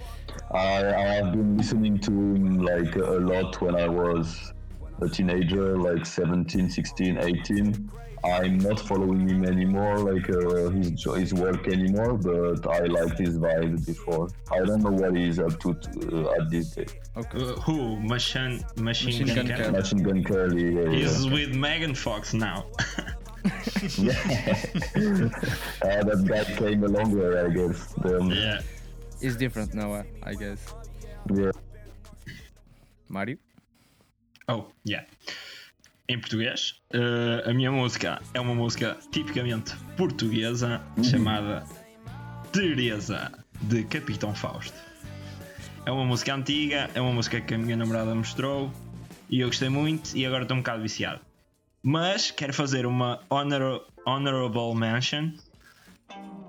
S3: I, I have been listening to him like a lot when I was a teenager, like 17, 16, 18. I'm not following him anymore, like uh, his, jo- his work anymore, but I liked his vibe before. I don't know what he's up to uh, at this day.
S1: Ok.
S4: Uh, who? Machine,
S1: Machine
S4: Machine,
S1: Gun
S4: Gun, Kelly.
S1: Kelly.
S3: Machine Gun Kelly. yeah, yeah.
S4: He's with Megan Fox now.
S3: Uh, that guy came a long way, I guess. Then,
S4: yeah.
S1: It's different now, I- I guess.
S3: yeah.
S1: Mário?
S4: Oh, yeah. Em português, eh, a minha música é uma música tipicamente portuguesa chamada Teresa de Capitão Fausto. É uma música antiga, é uma música que a minha namorada mostrou e eu gostei muito e agora estou um bocado viciado. Mas quero fazer uma honor- honorable mention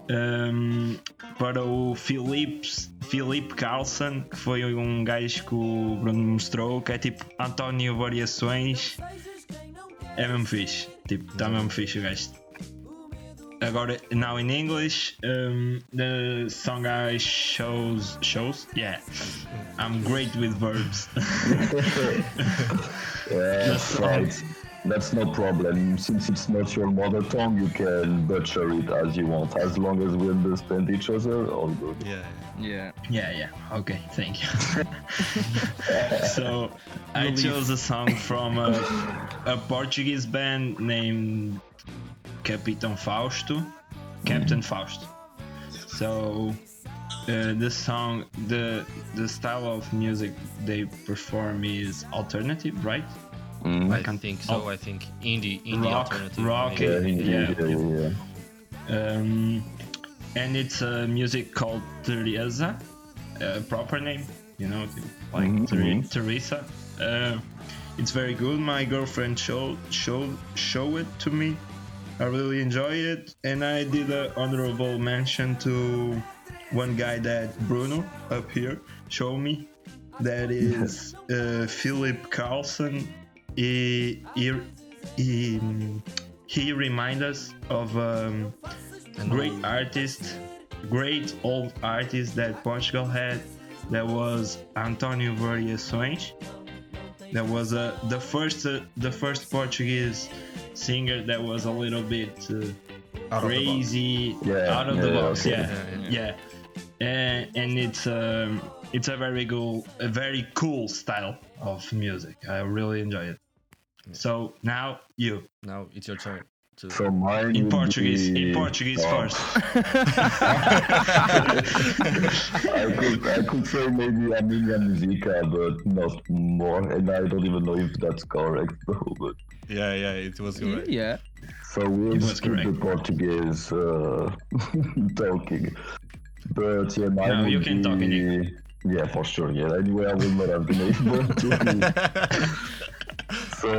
S4: ehm, para o Filipe, Filipe Carlson, que foi um gajo que o Bruno me mostrou, que é tipo António Variações. É mesmo fixe. Tipo, está mesmo fixe o gajo. Agora, now in English, um, the song I shows shows, yeah, I'm great with verbs.
S3: Yeah, right. That's no problem. Since it's not your mother tongue, you can butcher it as you want. As long as we understand each other, all good.
S5: yeah.
S1: Yeah.
S4: Yeah, yeah. Okay, thank you. so I chose a song from a, a Portuguese band named Capitão Fausto, Captain Fausto. So uh, the song, the the style of music they perform is alternative, right?
S5: I think so I think indie
S4: Mm-hmm.
S5: indie
S4: Oh. Rock,
S5: alternative
S4: rock
S5: maybe.
S3: Yeah,
S4: and-
S3: indeed,
S4: yeah.
S3: yeah, yeah.
S4: Um, and it's a music called Teresa, a proper name, you know, like Tere- Teresa. Uh, It's very good. My girlfriend showed showed show it to me. I really enjoy it, and I did an honorable mention to one guy that Bruno up here showed me. That is uh, Philip Carlson. He, he, he, he reminds us of um, great artist, great old artist that Portugal had. That was Antonio Variações. That was uh, the first uh, the first Portuguese singer that was a little bit uh,
S5: Out of the box.
S4: crazy,
S3: Yeah,
S4: out of the
S3: yeah,
S4: box.
S3: okay.
S4: Yeah, yeah, And, and it's um, it's a very cool, a very cool style of music. I really enjoy it. So now you
S5: Now it's your turn. to-
S3: So mine
S4: in
S3: would
S4: Portuguese,
S3: be-
S4: in Portuguese
S3: Oh,
S4: first.
S3: I could, I could say maybe a minha musica, but not more. And I don't even know if that's correct, though. But
S5: Yeah, yeah, it was correct.
S1: yeah.
S3: So we'll
S4: was
S3: skip
S4: correct.
S3: the Portuguese uh, talking. But yeah, mine
S4: No,
S3: would
S4: you can
S3: be...
S4: talk in
S3: Yeah, for sure. Yeah, anyway, I would not have been able to. so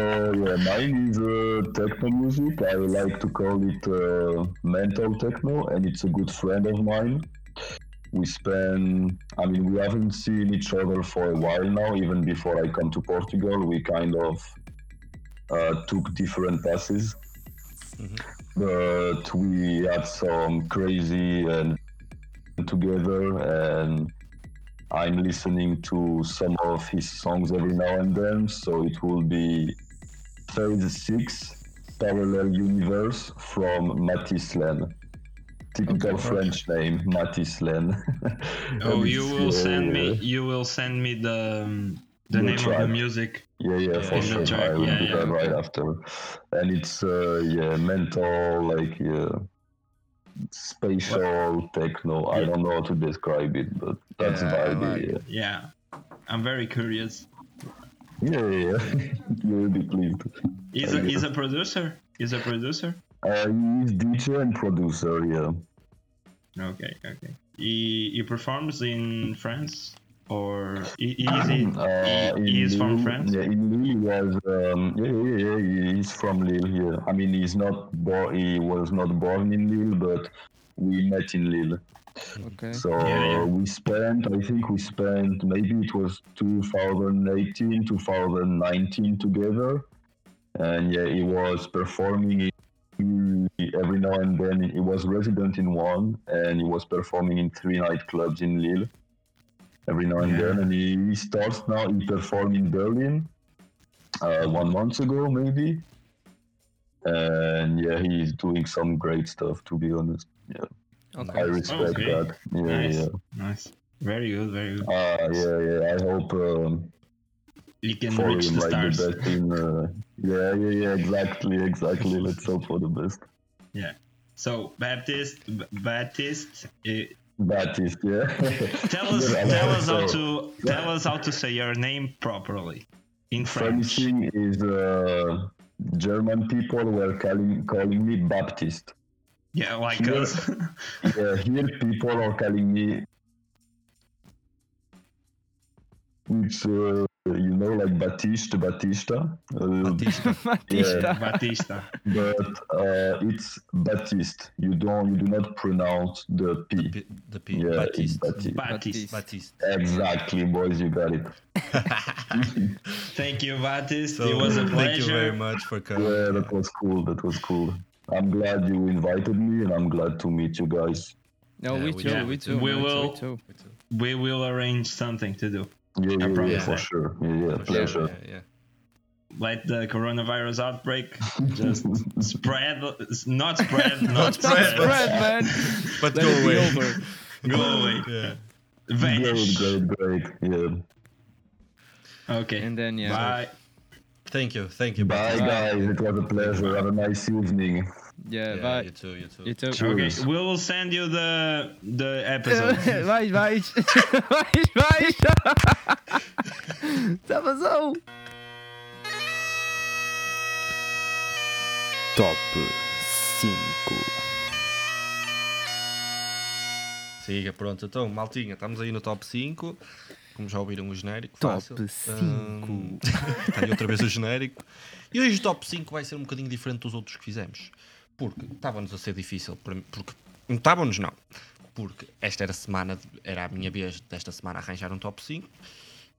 S3: yeah, mine is uh, techno music. I like to call it uh, mental techno, and it's a good friend of mine. We spend, I mean, we haven't seen each other for a while now. Even before I come to Portugal, we kind of uh, took different passes but uh, we had some crazy and together and I'm listening to some of his songs every now and then, so it will be Phase 6 Parallel Universe from Matislen. Typical French name, Matislen.
S4: Oh,
S3: And
S4: you
S3: it's,
S4: will
S3: uh,
S4: send me. You will send me the um, the
S3: We'll
S4: name of
S3: try.
S4: the music.
S3: Yeah, yeah, for
S4: in the
S3: sure.
S4: track,
S3: I will
S4: yeah,
S3: do
S4: yeah.
S3: that right after. And it's uh, yeah, mental, like yeah, spatial techno. I don't know how to describe it, but that's
S5: Yeah, I
S3: the idea.
S4: Yeah, I'm very curious.
S3: Yeah, yeah, yeah. You'll be pleased.
S4: He's a, he's a producer. He's a producer.
S3: Uh, he's DJ and producer. Yeah,
S4: Okay, okay. He he performs in France or he, he is in,
S3: Uh,
S4: he,
S3: in
S4: he is from
S3: Lille-
S4: France.
S3: Yeah, in Lille he was. Um, yeah, yeah, yeah. he- He's from Lille. Yeah, I mean, he's not. Bo- he was not born in Lille, but we met in Lille.
S1: Ok.
S3: So
S4: yeah.
S3: we spent, I think we spent maybe it was 2018, 2019 together. And yeah, he was performing in, every now and then. He was resident in one and he was performing in three nightclubs in Lille every now and then. And he, he starts now, he performed in Berlin uh, one month ago, maybe. And yeah, he's doing some great stuff, to be honest. Yeah, I
S1: Ok.
S3: respect
S4: Oh, great.
S3: that. Yeah,
S4: Nice.
S3: yeah.
S4: Nice. Very good. Very good.
S3: Ah, yeah, yeah. I hope um,
S4: He can
S3: for
S4: reach
S3: him,
S4: the
S3: like
S4: stars.
S3: the best in. Uh, yeah, yeah, yeah. Exactly, exactly. Let's hope for the best.
S4: So Baptist, B- Baptist, eh,
S3: Baptist, yeah.
S4: tell us
S3: Yeah,
S4: tell
S3: yeah,
S4: us how
S3: so-
S4: to tell us how to say your name properly in
S3: Funny
S4: French.
S3: thing is, uh, German people were calling calling me Baptist.
S4: Yeah, like
S3: Here-
S4: us.
S3: Uh, here, people are calling me, which uh, you know, like Batiste, Batista. Uh,
S1: Batista.
S4: Batista.
S3: but uh, it's Baptiste. You don't, you do not pronounce the P.
S5: The, P- the P.
S3: Yeah, it's
S5: Batiste.
S3: Batiste.
S4: Batista.
S5: Batiste.
S3: Exactly, boys, you got it.
S4: Thank you, Batist.
S5: So,
S4: it was a pleasure.
S5: Thank you very much for coming.
S3: Yeah, that was cool. That was cool. I'm glad you invited me, and I'm glad to meet you guys.
S1: No,
S5: Yeah,
S1: we
S5: we
S1: too,
S5: do.
S1: we too.
S4: We
S1: man,
S4: will-
S1: We too.
S4: We will arrange something to do.
S3: Yeah, yeah, yeah,
S4: promise
S3: for
S4: that.
S3: sure. Yeah, yeah,
S5: For sure,
S3: pleasure.
S5: Yeah, yeah.
S4: Let the coronavirus outbreak just spread, not spread, not,
S1: Spread,
S4: spread,
S1: man.
S5: But
S1: Let
S5: go
S1: it be
S5: away.
S1: over.
S4: go away,
S5: Yeah.
S4: vanish.
S3: Great, great, great. Yeah.
S4: Okay,
S1: And then, yeah.
S4: bye.
S5: Thank you, thank you.
S3: Bye,
S5: Batiste.
S3: guys. It was a pleasure. Have a nice evening.
S1: Yeah,
S5: Yeah,
S1: vai.
S5: you too, you too.
S1: You too.
S4: Okay,
S3: Cheers.
S4: we will send you the the episode.
S1: Vai, vai. Vai, Tá vai. Já vazou. Top 5.
S5: Siga, pronto. Então, maltinha, estamos aí no top 5. como já ouviram o genérico.
S1: Top
S5: fácil.
S1: 5.
S5: Hum, Está aí outra vez o genérico. E hoje o top 5 vai ser um bocadinho diferente dos outros que fizemos. Porque estava-nos a ser difícil para mim. Porque. Não estávamos, não. Porque esta era a semana, de- era a minha vez desta semana arranjar um top 5.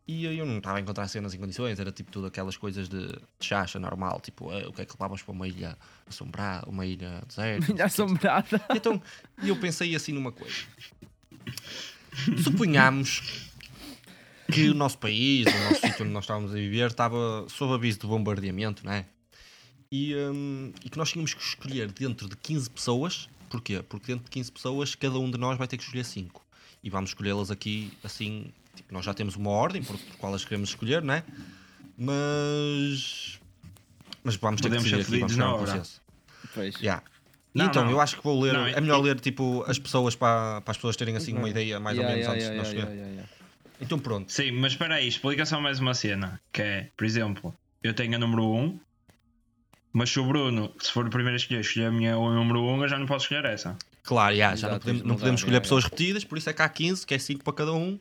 S5: E eu não estava a encontrar cenas em condições, era tipo tudo aquelas coisas de, de chacha normal, tipo, "Ah, o que é que levavas para uma ilha assombrada, uma ilha deserta?
S1: Minha assombrada.
S5: E Então, eu pensei assim numa coisa. Suponhamos que o nosso país, o nosso sítio onde nós estávamos a viver, estava sob aviso de bombardeamento, não é? E, hum, e que nós tínhamos que escolher dentro de 15 pessoas. Porquê? Porque dentro de 15 pessoas, cada um de nós vai ter que escolher 5. E vamos escolhê-las aqui, assim, tipo, nós já temos uma ordem por por qual as queremos escolher, não é? Mas... Mas vamos ter
S4: Podemos
S5: que
S4: ser
S5: decidir aqui,
S4: felizes
S5: vamos chegar a
S4: na
S5: um
S4: hora.
S5: consenso.
S1: Pois.
S5: Yeah.
S4: Não,
S5: então,
S4: não.
S5: eu acho que vou ler.
S4: Não,
S5: é melhor ler tipo as pessoas para, para as pessoas terem assim uma ideia mais
S1: Uhum. Yeah,
S5: ou menos
S1: yeah,
S5: antes
S1: yeah, yeah,
S5: de nós escolher.
S1: yeah, yeah.
S5: Então pronto.
S4: Sim, mas espera aí, explica só mais uma cena. Que é, por exemplo, eu tenho a número 1, mas se o Bruno, se for o primeiro a escolher, escolher a minha a número 1, eu já não posso escolher essa.
S5: Claro, yeah, já
S1: Exato,
S5: não
S1: tens de
S5: podemos, não
S1: mudar,
S5: podemos escolher
S1: yeah,
S5: pessoas repetidas, por isso é que há 15, que é 5 para cada um.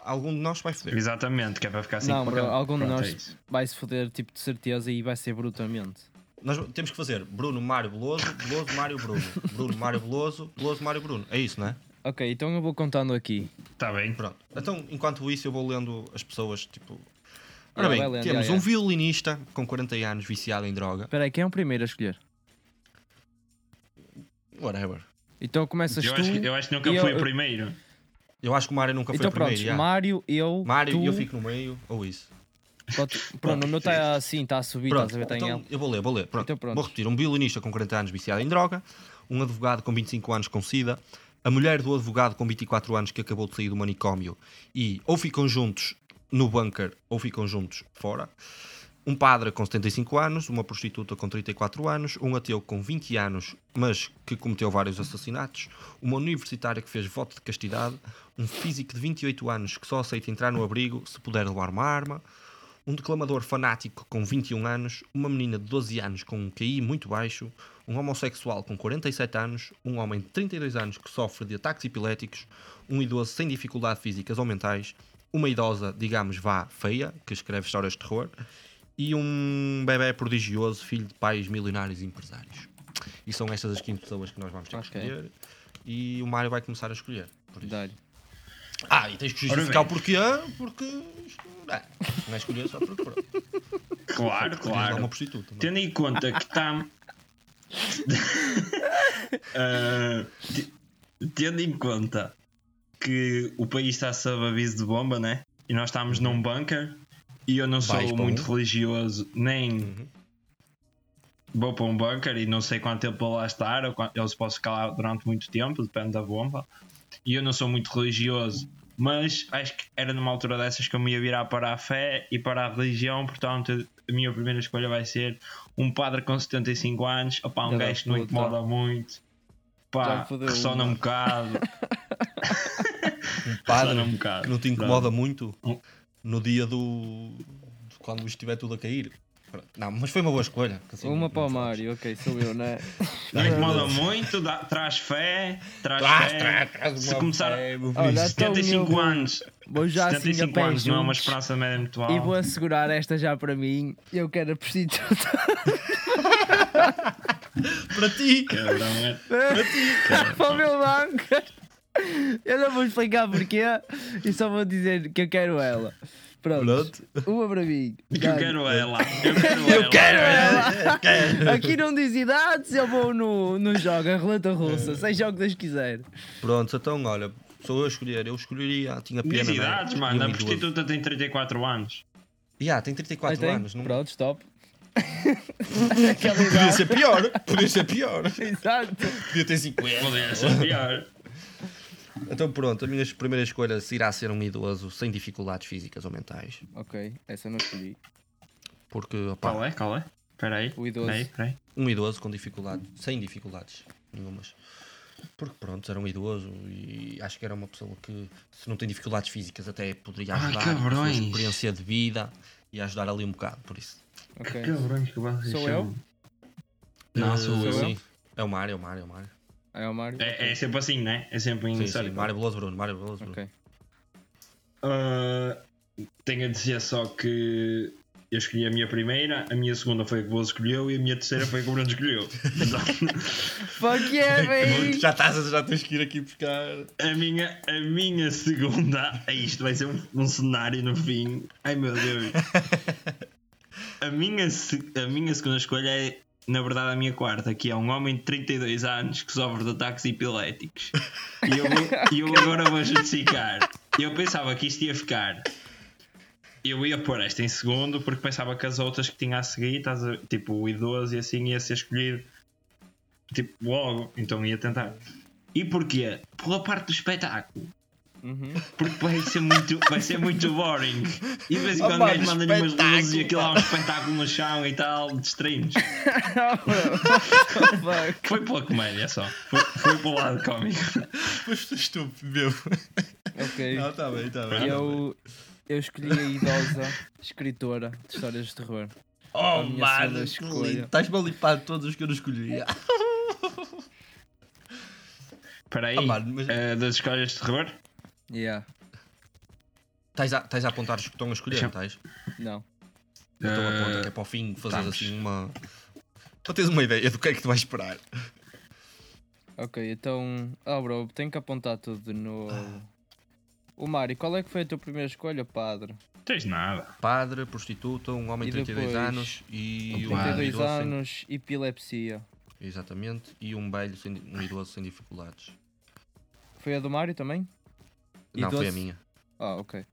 S5: Algum de nós vai foder.
S4: Exatamente, que é para ficar assim.
S1: Não,
S4: para
S1: bro,
S4: cada-
S1: algum de
S4: Pronto,
S1: nós-
S4: é isso.
S1: Vai se foder, tipo, de certeza e vai ser brutamente.
S5: Nós temos que fazer Bruno, Mário, Beloso, Beloso, Mário, Bruno. Bruno, Mário, Beloso, Beloso, Mário, Bruno. É isso, não é?
S1: Ok, então eu vou contando aqui.
S4: Tá bem.
S5: Pronto. Então, enquanto isso, eu vou lendo as pessoas, tipo.
S1: Yeah,
S5: Ora bem,
S1: vai lendo,
S5: temos
S1: yeah, yeah.
S5: um violinista com 40 anos viciado em droga.
S1: Espera aí, quem é o primeiro a escolher?
S5: Whatever.
S1: Então começas
S4: Eu
S1: tu.
S4: acho, que- eu acho que nunca
S1: e
S4: fui
S1: eu-
S4: o primeiro.
S5: Eu acho que o Mário nunca foi
S1: então
S5: o primeiro.
S1: pronto,
S5: yeah.
S1: Mário, eu,
S5: Mário,
S1: tu,
S5: eu fico no meio, ou isso.
S1: Pronto, pronto, o meu está assim, está a subir, estás a ver, está em
S5: então
S1: L.
S5: eu vou ler, vou ler. Pronto.
S1: Então pronto.
S5: Vou repetir. Um violinista com 40 anos viciado em droga, um advogado com 25 anos com sida, a mulher do advogado com 24 anos que acabou de sair do manicômio e ou ficam juntos no bunker ou ficam juntos fora, um padre com 75 anos, uma prostituta com 34 anos, um ateu com 20 anos, mas que cometeu vários assassinatos, uma universitária que fez voto de castidade, um físico de 28 anos que só aceita entrar no abrigo se puder levar uma arma, um declamador fanático com 21 anos, uma menina de 12 anos com um QI muito baixo, um homossexual com 47 anos, um homem de 32 anos que sofre de ataques epiléticos, um idoso sem dificuldades físicas ou mentais, uma idosa, digamos vá, feia, que escreve histórias de terror, e um bebê prodigioso, filho de pais milionários e empresários. E são estas as 15 pessoas que nós vamos ter que
S1: Ok.
S5: escolher. E o Mário vai começar a escolher. por isso.
S1: Dá-lhe.
S5: Ah, e tens que
S4: Ora
S5: justificar o
S4: bem.
S5: porquê, porque. Não, não é escolher só porque. pronto.
S4: Claro,
S5: Claro.
S4: claro.
S5: uma prostituta. não é?
S4: Tendo em conta que está. Ah, te- tendo em conta que o país está sob aviso de bomba, né? E nós estamos
S1: Uhum.
S4: num bunker e eu não sou
S5: Vais para
S4: muito
S5: um?
S4: religioso, nem
S5: Uhum.
S4: vou para um bunker e não sei quanto tempo vou lá estar, ou quan- eles podem ficar lá durante muito tempo, depende da bomba. E eu não sou muito religioso, mas acho que era numa altura dessas que eu me ia virar para a fé e para a religião, portanto a minha primeira escolha vai ser um padre com 75 anos, opá, um
S1: Filha da
S4: gajo que não
S1: puta.
S4: incomoda muito,
S1: Já
S4: pá,
S1: me fodeu
S4: ressona
S1: uma.
S4: um bocado,
S5: Um
S4: ressona
S5: padre
S4: um bocado. Oh.
S5: que não te incomoda muito no dia do. de quando estiver tudo a cair. Pronto. Não, mas foi uma boa escolha. que assim
S1: Uma
S5: não-
S1: para o
S5: não faz.
S1: Mário, ok, sou eu, né?
S4: Não incomoda muito, dá- traz fé, traz,
S5: Traz,
S4: fé.
S5: traz, traz
S4: Se
S5: uma
S4: começar-
S5: fé, meu
S1: Olha,
S5: filho.
S1: então,
S4: 75
S1: meu-
S4: anos,
S1: Vou já assim a
S4: 75
S1: pé
S4: anos não é uma
S1: juntos
S4: esperança média muito
S1: E vou
S4: alta.
S1: assegurar esta já para mim. Eu quero a prostituta.
S5: Para ti!
S4: Cabrão, é-
S1: para o meu banco. Eu não vou explicar porquê e só vou dizer que eu quero ela. Pronto.
S5: Pronto.
S1: Uma para mim.
S4: Que eu
S1: Dá-lhe.
S4: quero ela. Eu quero ela.
S1: ela. Aqui não diz idades, eu vou no, no jogo, a roleta russa, seja o que Deus quiser.
S5: Pronto, então olha, sou eu a escolher. Eu escolheria. Tinha pena.
S4: Diz
S5: não é?
S4: idades,
S5: Tinha
S4: mano.
S5: um
S4: A
S5: idoso.
S4: prostituta tem 34 anos.
S5: Ya, tem
S1: Aí
S5: 34
S1: tem.
S5: anos. Não...
S1: Pronto, stop.
S5: Podia ser pior. Podia ser pior.
S1: Exato.
S5: Podia ter 50.
S4: Podia ser pior.
S5: Então pronto, a minha primeira escolha irá ser um idoso sem dificuldades físicas ou mentais.
S1: Ok, essa eu não escolhi.
S5: Porque, opá,
S4: Qual é? Qual é? Espera aí.
S1: O idoso.
S4: Espera aí, espera aí.
S5: um idoso com dificuldade, sem dificuldades nenhumas. Porque pronto, era um idoso e acho que era uma pessoa que se não tem dificuldades fíicas até poderia
S4: Ai,
S5: ajudar com a sua
S4: cabrões.
S5: experiência de vida e ajudar ali um bocado, por isso.
S1: Ok.
S4: Cabrões que vocês
S1: Sou
S4: são.
S1: eu?
S4: Não,
S5: Eh,
S4: sou
S1: eu.
S5: Sim. É o Mário, é o Mário, é o Mário.
S1: Aí é o Mário.
S4: É, é sempre assim, né? É sempre
S5: Sim, sim,
S4: necessário.
S5: Mário Veloso Bruno, Mário Veloso Bruno.
S1: Ok.
S4: Ah, tenho a dizer só que eu escolhi a minha primeira, a minha segunda foi a que o Bozo escolheu e a minha terceira foi a que o Bruno escolheu. Então,
S1: Fuck yeah, baby!
S5: É Já, estás, a- já tens que ir aqui buscar.
S4: a, minha, a minha segunda. Ai, Isto vai ser um, um cenário no fim. Ai meu Deus! A minha, se- a minha segunda escolha é, na verdade, a minha quarta, que é um homem de 32 anos que sofre de ataques epiléticos. E eu, vou- e eu agora vou justificar. Eu pensava que isto ia ficar. Eu ia pôr esta em segundo porque pensava que as outras que tinha a seguir, estás a- tipo o idoso e assim, ia ser escolhido tipo, logo. Então ia tentar. E porquê? Pela parte do espetáculo.
S1: Uhum.
S4: Porque vai ser muito, vai ser muito boring. E de vez em
S5: Oh,
S4: quando o
S5: mano,
S4: gajo manda-lhe umas luzes e
S5: espetáculo,
S4: aquilo há um espetáculo no chão e tal, de streams.
S1: Fuck.
S4: Foi pela comédia só. Foi, foi pelo lado cómico.
S5: Mas tu estúpido, meu.
S1: Ok.
S5: Não, está bem, está bem.
S1: Eu, eu escolhi a idosa escritora de histórias de terror.
S5: Oh,
S1: minha segunda
S5: mano, que
S1: escolha.
S5: lindo. Estás-me a limpar todos os que eu não escolhi. Ah,
S4: Espera aí.
S5: Ah, mano, mas-
S4: eh, das escolhas de terror?
S1: Yeah.
S5: Estás a, estás a apontar os que estão a escolher,
S4: Deixa-
S5: estás?
S1: Não.
S5: Então
S4: Eh,
S5: aponta que é para o fim, fazer
S4: estamos.
S5: assim uma. Para teres uma ideia do que é que tu vais esperar.
S1: Ok, então. Ah, bro, tenho que apontar tudo de novo. O Mário, qual é que foi a tua primeira escolha, padre?
S4: Tens nada.
S5: Padre, prostituta, um homem de
S1: E
S5: 32
S1: depois,
S5: anos e um
S1: 32
S5: idoso sem-
S1: anos, epilepsia.
S5: Exatamente, e um velho, sem, um idoso sem dificuldades.
S1: Foi a do Mário também?
S5: Não, foi a
S1: Idoso-
S5: minha.
S1: Ah, ok.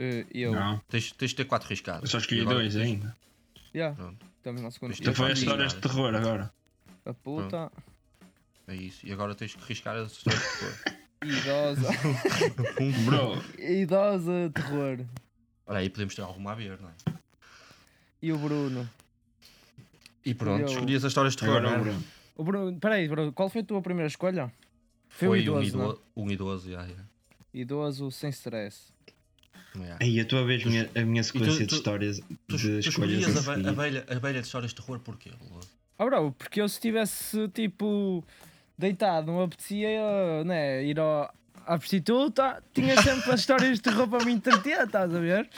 S1: Eh, eu.
S4: Não.
S5: Tens, tens de ter quatro riscados.
S4: Eu só escolhi
S5: E agora-
S4: dois ainda.
S1: Yeah,
S5: Pronto.
S1: estamos na segunda.
S5: Isto
S4: Isto
S5: é
S1: Eu
S4: foi
S5: não
S4: as
S5: fiz
S1: escolhi
S4: histórias de
S5: nada.
S4: terror agora.
S1: A puta,
S5: É isso. E agora tens que riscar as histórias que for.
S1: idosa.
S4: Bro,
S1: idosa, terror.
S5: Olha aí, podemos ter alguma a ver, não é?
S1: E o Bruno?
S5: E pronto,
S1: Eu-
S5: escolhias as histórias de terror,
S4: agora o
S5: não é?
S4: Bruno.
S1: O Bruno, peraí, Bruno, qual foi a tua primeira escolha? Foi,
S5: Foi
S1: o
S5: um
S1: idoso, não é?
S5: idoso, um idoso, já, já.
S1: Idoso sem stress.
S5: Já.
S4: Aí, a tua vez, minha, a minha sequência de
S5: Então tu-
S4: histórias.
S5: é.
S4: de
S5: Tu, tu
S4: escolhas a
S5: escolhias a,
S4: seguir.
S5: ve- a velha, a velha de histórias de terror porquê, Lua?
S1: Ah, bro, porque eu se estivesse, tipo, deitado, não apetecia, né, ir ao, à prostituta, tinha sempre as histórias de terror para me entreter, estás a ver?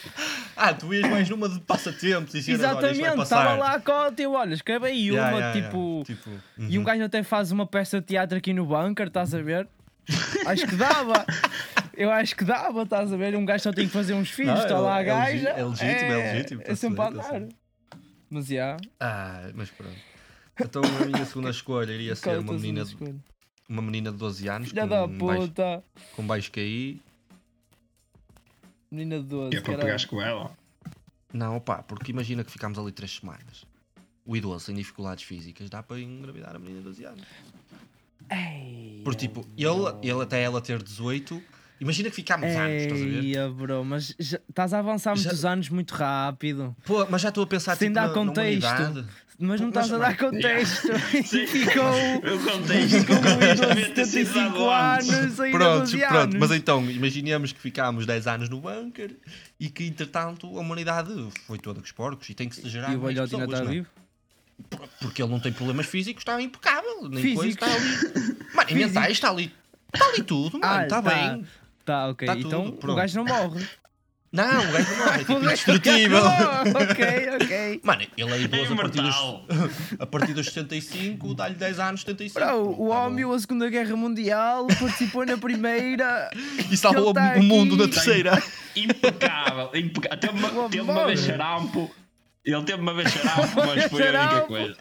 S5: Ah, tu ias mais numa de passatempos e cenas, olha, isto vai
S1: Exatamente,
S5: passar.
S1: estava lá a cota, eu, olha, escreve aí uma,
S5: Já, já, já.
S1: tipo...
S5: tipo
S1: E um gajo até faz uma peça de teatro aqui no bunker, estás a ver? acho que dava. Eu acho que dava, estás a ver? Um gajo só tem que fazer uns filhos,
S5: Não,
S1: está
S5: é-
S1: lá a
S5: é
S1: gaja.
S5: legi- é legítimo, é legítimo,
S1: É
S5: tá
S1: sempre a
S5: certo, tá
S1: andar. Mas já.
S5: Ah, mas pronto. Então a minha segunda escolha iria ser
S1: qual é a
S5: uma
S1: tua
S5: menina, de,
S1: segunda escolha?
S5: uma menina de 12 anos
S1: Filha
S5: com um
S1: da
S5: baixo,
S1: puta.
S5: com um baixo QI.
S1: Menina de 12.
S4: Que é para
S1: caralho.
S4: pegares com ela.
S5: Não, pá, porque imagina que ficámos ali 3 semanas. O idoso sem dificuldades físicas dá para engravidar a menina de 12 anos.
S1: Ei,
S5: Porque tipo, ele, ele até ela ter 18, imagina que ficámos anos, estás a ver?
S1: Ei, bro, mas já- estás a avançar
S5: Já-
S1: muitos anos muito rápido.
S5: Pô, mas já estou a pensar
S1: Sem
S5: tipo,
S1: dar
S5: na, na
S1: contexto.
S5: humanidade.
S1: Mas não
S5: Mas-
S1: estás a dar contexto. E ficou.
S4: Eu contei isto com
S1: com um
S4: isto
S1: idoso
S4: devia
S1: de
S4: ter sido
S1: 75
S4: dado antes.
S1: anos, ainda
S5: Pronto,
S1: 12
S5: pronto,
S1: anos.
S5: mas então, imaginemos que ficámos 10 anos no bunker e que entretanto a humanidade foi toda com os porcos e tem que se gerar
S1: E o
S5: mais
S1: velhote ainda
S5: pessoas,
S1: está
S5: não é?
S1: vivo?
S5: Porque ele não tem problemas físicos, está impecável. Nem
S1: Físicos.
S5: coisa, está ali. Mano, e mentais, está ali. Está ali tudo, mano,
S1: Ah,
S5: está
S1: tá.
S5: bem.
S1: Tá, ok.
S5: Tá tudo,
S1: então o
S5: pronto.
S1: gajo não morre.
S5: Não, o gajo não é, é tipo
S1: O gajo
S5: indestrutível.
S1: não morre. ok, ok.
S5: Mano, ele é
S4: É
S5: idoso a partir,
S4: imortal.
S5: dos, a partir dos 65, dá-lhe 10 anos, 75.
S1: Bro,
S5: Pronto,
S1: o
S5: tá
S1: homem,
S5: bom.
S1: a Segunda Guerra Mundial, participou na Primeira.
S5: E salvou
S1: ele tá
S5: o mundo
S1: aqui.
S5: na terceira.
S4: Impecável. impecável. Teve uma,
S1: Uma
S4: teve uma
S1: bola.
S4: vez charampo. Ele teve uma vez charampo, mas foi a única
S1: Charampo.
S4: coisa.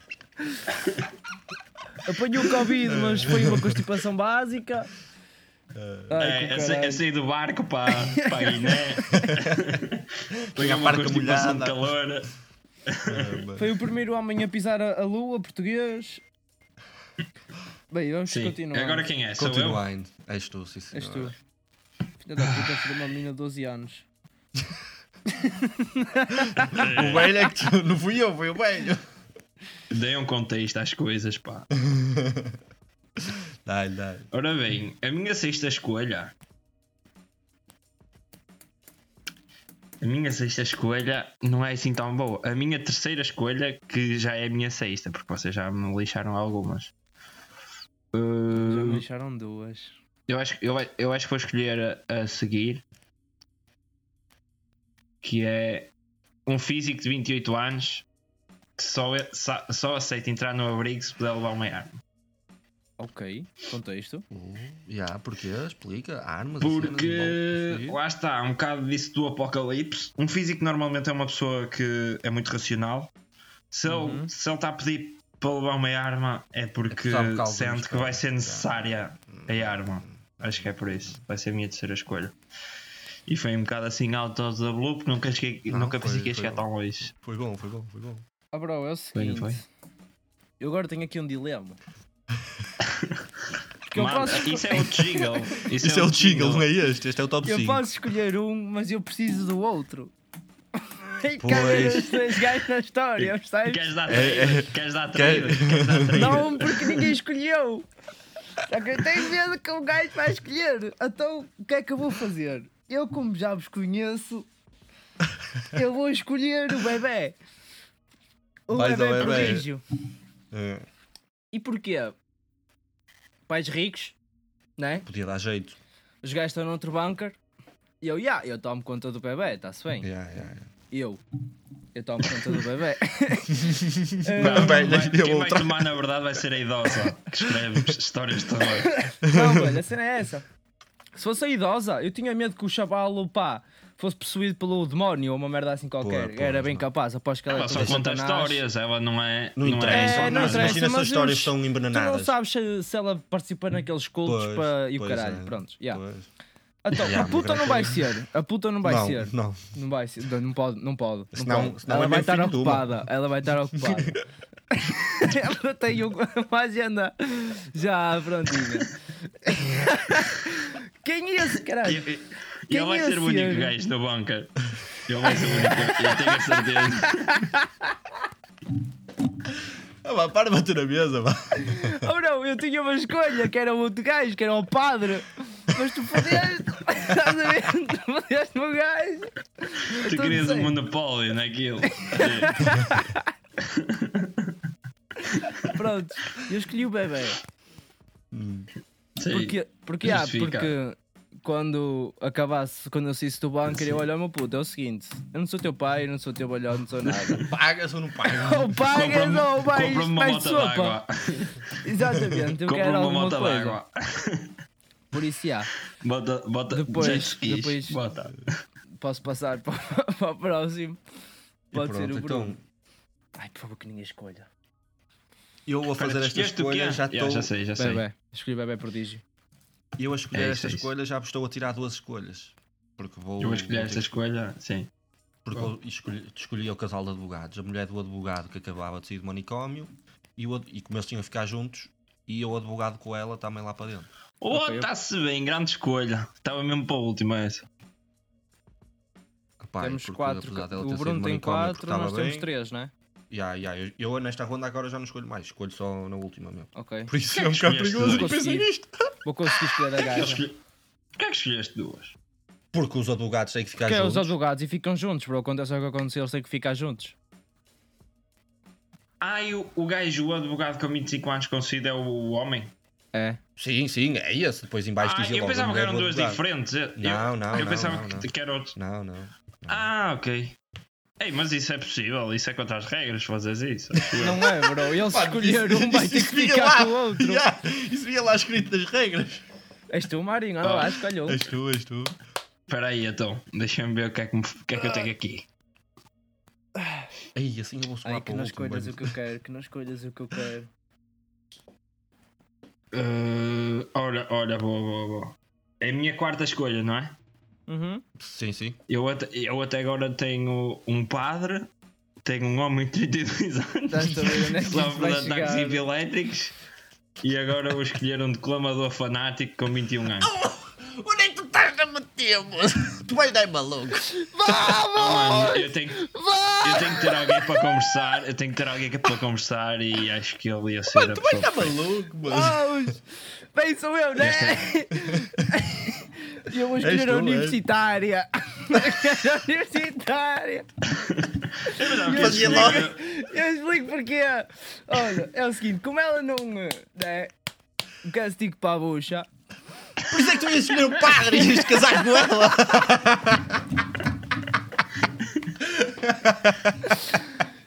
S1: Apanhou o
S5: É.
S1: Covid, mas foi uma constipação básica. Ai,
S4: É,
S1: que
S4: eu sa- eu
S1: caralho.
S4: saí do barco para a Guiné. Peguei né?
S5: a
S4: uma
S5: barca
S4: constipação de
S5: molhada.
S4: calor.
S1: Foi o primeiro homem a pisar a, a lua, português. Bem, vamos
S4: Sim.
S1: continuar.
S4: Agora quem é? Sou eu?
S5: Continua ainda. És tu, sim, senhor.
S1: És tu. Filha da puta, filha de uma menina de 12 anos.
S5: O velho é que tu. Não fui eu, foi o velho.
S4: Dei um contexto às coisas, pá.
S5: Dá-lhe, dá-lhe.
S4: Ora bem, a minha sexta escolha. A minha sexta escolha não é assim tão boa. A minha terceira escolha, que já é a minha sexta, porque vocês já me lixaram algumas. Hum,
S1: Já
S4: Uh,
S1: me deixaram duas.
S4: eu, acho, eu, eu acho que vou escolher a, a seguir, que é um físico de 28 anos que só, é- sa- só aceita entrar no abrigo se puder levar um uma arma.
S1: Ok, contexto.
S5: Uh, yeah, porquê? Explica. Armas assim, e cenas envolvidas
S4: Porque
S5: nisso.
S4: lá está, um bocado disso do apocalipse. Um físico normalmente é uma pessoa que é muito racional. Se ele,
S1: Uhum.
S4: se ele está a pedir para levar uma arma é porque
S5: sabe que alguns
S4: sente que vai ser
S5: podem,
S4: necessária
S5: Uhum.
S4: a arma. Acho que é por isso. Vai ser a minha terceira escolha. E foi um bocado assim out of the blue porque nunca, cheguei,
S5: Não,
S4: nunca pensei
S5: foi-
S4: que ia
S5: foi
S4: chegar
S5: bom.
S4: tão longe.
S5: Foi bom, foi bom, foi bom.
S1: Ah, bro, é o
S4: Foi, não
S1: seguinte. Eu agora tenho aqui um dilema. Porque eu
S4: Mano,
S1: posso,
S4: Isso é o jingle. Isso,
S5: Este é o jingle, não é este? Este é o top
S1: eu
S5: 5.
S1: posso escolher um, mas eu preciso do outro. E
S5: Pois.
S1: Caem os dois gajos na história, percebes?
S4: Queres dar
S5: É, é.
S4: traída? Queres dar traída?
S5: Quer-
S4: Queres dar traída?
S1: Não, porque ninguém escolheu. Só que eu tenho medo que o gajo vai escolher. Então, o que é que eu vou fazer? Eu, como já vos conheço, eu vou escolher o bebê. O
S5: Vais ao
S1: bebê
S5: bebé.
S1: prodígio.
S5: É,
S1: E porquê? Pais ricos, né?
S5: podia dar jeito.
S1: Os gajos estão noutro bunker. E eu, yeah, eu tomo conta do bebê, está-se bem.
S5: Yeah, yeah, yeah.
S1: Eu, eu tomo conta do bebê. É.
S4: Não,
S5: Bem,
S4: vai-
S5: eu
S4: quem
S5: vou
S4: vai
S5: tra-
S4: tomar na verdade vai ser a idosa que escreve histórias de terror.
S1: Não, mano, a cena é essa. Se fosse a idosa, eu tinha medo que o chavalo, pá, fosse possuído pelo demónio ou uma merda assim qualquer.
S5: Pois, pois,
S1: Era bem
S5: não.
S1: capaz, após que ela é
S4: Ela só
S1: toda
S4: conta
S1: Satanás.
S4: histórias, ela não é.
S5: Não
S4: é
S5: interessa.
S1: É, não
S4: nada.
S1: interessa,
S5: Imagina se
S1: mas
S5: as histórias
S1: os-
S5: são
S1: Tu não
S5: envenenadas.
S1: sabes se, se ela participa naqueles cultos
S5: Pois,
S1: para... e o
S5: pois
S1: caralho.
S5: é.
S1: Pronto, yeah.
S5: Pois.
S1: Então,
S5: Yeah,
S1: a puta não vai ser. A puta não vai
S5: não,
S1: ser.
S5: não.
S1: Não vai ser. Não, não pode, não pode. Não
S5: Senão-
S1: pode.
S5: senão
S1: ela
S5: é
S1: vai
S5: mesmo
S1: estar
S5: filho de uma.
S1: ocupada. Ela vai estar ocupada. ela tem um- uma agenda já prontinha. Quem é esse
S4: E,
S1: caralho?
S4: e- e
S1: Quem
S4: ele vai
S1: é
S4: ser o
S1: esse
S4: único
S1: homem?
S4: gajo da banca. Ele vai ser o único, eu tenho a certeza.
S5: Ah, vá, para de bater na mesa, vá. é?
S1: Oh não, eu tinha uma escolha, que era o outro gajo, que era o padre. Mas tu fodeste, estás a ver? Tu fodeste o gajo. Então,
S4: Tu
S1: tô
S4: querias um
S1: dizendo.
S4: monopólio naquilo.
S1: Pronto, eu escolhi o bebê.
S4: Sim.
S1: Porque, porque, ah,
S4: justifica.
S1: porque quando acabasse, quando eu saísse do bunker, eu olho, "Oh, meu puto, é o seguinte: eu não sou teu pai, eu não sou teu balhão, não sou nada.
S5: Pagas ou não pagas?
S1: ou pagas
S4: Compra-me
S1: ou vais,
S4: compra-me uma
S1: vais de
S4: moto
S1: sopa.
S4: d'água.
S1: Exatamente, eu quero
S4: Compra-me uma
S1: alguma
S4: moto
S1: coisa.
S4: d'água.
S1: Por isso, já,
S4: Bota, bota,
S1: Depois-
S4: jet skis.
S1: depois-
S4: Bota.
S1: posso passar para, para o próximo.
S5: E
S1: Pode ser o
S5: pronto,
S1: Bruno.
S5: então,
S1: Ai, por favor, que ninguém escolha.
S5: eu a fazer
S4: Espera,
S5: esta
S4: escolheste o quê?
S5: escolha já estou.
S4: já sei, já sei.
S1: Bebé, escolhi bebé prodígio.
S5: Eu a escolher
S4: É isso, é
S5: esta
S4: isso.
S5: escolha já estou a tirar duas escolhas. Porque vou.
S4: Eu vou escolher
S5: vou ter-
S4: esta escolha, sim.
S5: Porque eu escolhi, escolhi o casal de advogados, a mulher do advogado que acabava de sair do manicômio e, o ad- e como eles tinham a ficar juntos, e eu advogado com ela também lá para dentro.
S4: Oh,
S1: Ok, eu-
S4: está-se bem, grande escolha. Estava mesmo para é a última essa.
S5: Epá, e
S1: temos
S5: porque,
S1: quatro.
S5: apesar dela ter
S1: O
S5: saído
S1: Bruno
S5: do
S1: tem
S5: manicômio
S1: quatro,
S5: porque estava
S1: nós temos
S5: bem,
S1: três, não é?
S5: Ya, ya, eu, eu nesta ronda agora já não escolho mais, escolho só na última mesmo.
S1: Ok.
S5: Por isso
S4: Que
S5: é um bocado
S4: escolheste
S5: perigoso
S1: dois?
S5: pensar nisto.
S1: Vou conseguir escolher a
S4: Eu
S1: gaja.
S4: escolhi- Porquê é que escolheste duas?
S5: Porque os advogados têm que ficar
S1: Porque é os
S5: juntos.
S1: advogados e ficam juntos, bro. Acontece o que aconteceu, eles têm que ficar juntos.
S4: Ah, e o, o gajo, o advogado com 25 anos conhecido é o, o homem?
S1: É.
S5: Sim, sim, é esse. Depois em baixo
S4: ah,
S5: dizia
S4: eu
S5: logo a
S4: pensava que
S5: mulher
S4: eram
S5: do
S4: duas
S5: advogado.
S4: diferentes. Eu-
S5: Não,
S4: eu, Eu
S5: não, não,
S4: pensava
S5: não,
S4: que,
S5: não.
S4: que era outro.
S5: Não, não.
S4: Ah, ok. Ei, mas isso é possível, isso é contra as regras, fazes isso.
S1: Não é, bro. Eles
S5: Pá,
S1: escolheram
S5: isso-
S1: um, vai
S5: isso-
S1: ter
S5: isso
S1: que
S5: vinha
S1: ficar
S5: lá.
S1: com o outro.
S5: Ya, isso vinha lá escrito nas regras.
S1: És tu, Marinho, anda lá, escolhe um.
S5: És tu, és tu.
S4: Espera aí, então, deixa-me ver o que é que, me- o que, é que eu tenho aqui.
S5: Aí, assim eu vou sobrar
S1: Ai, que
S5: para o
S1: não
S5: último.
S1: escolhas
S5: bem.
S1: o que eu quero, que não escolhas o que eu quero.
S4: Eh, olha, olha, boa, boa, boa. É a minha quarta escolha, não é?
S1: Uhum.
S5: Sim, sim.
S4: Eu até, eu até agora tenho um padre, tenho um homem de 32 anos.
S1: Estás a ver onde é que isto
S4: sofre
S1: vai
S4: de ataques
S1: chegar?
S4: epiléticos e agora vou escolher um declamador fanático com 21 anos.
S7: Onde é que tu estás a meter, moço? Tu vais dar maluco.
S4: Mano, Então, eu tenho, eu tenho que ter alguém para conversar, eu tenho que ter alguém que- é para conversar e acho que ele ia ser a
S7: Tu vais
S5: Tá
S4: pessoa.
S7: dar maluco,
S1: Ah,
S7: moço.
S1: Vamos! Bem, sou eu, né? E eu vou
S5: És
S1: escolher a
S5: tu, é. és.
S1: universitária. A universitária.
S4: Eu não
S1: Eu
S4: quis
S7: Fazia
S4: escolher-
S7: logo.
S1: Eu explico porquê. Olha, é o seguinte, como ela não. eh, Né, castigo para a bucha.
S7: Por isso é que tu ias escolher o padre e ias casar com ela.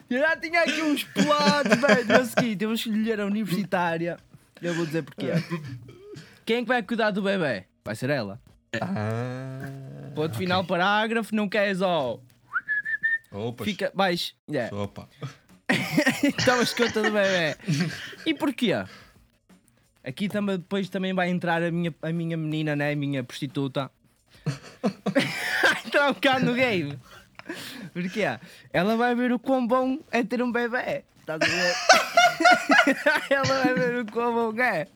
S1: Eu já tinha aqui uns planos, velho. Mas seguinte, eu vou escolher a universitária. Eu vou dizer porquê. Quem é que vai cuidar do bebê? Vai ser ela.
S5: Ah,
S1: Ponto final, parágrafo, não queres ó.
S5: opas.
S1: Fica, mais. Yeah.
S5: Opa.
S1: Tomas conta do bebê. E porquê? Aqui também, depois também vai entrar a minha, a minha menina, né? A minha prostituta. Vai entrar um bocado no game. Porquê? Ela vai ver o quão bom é ter um bebê. Estás a ver? Ela vai ver o quão bom é.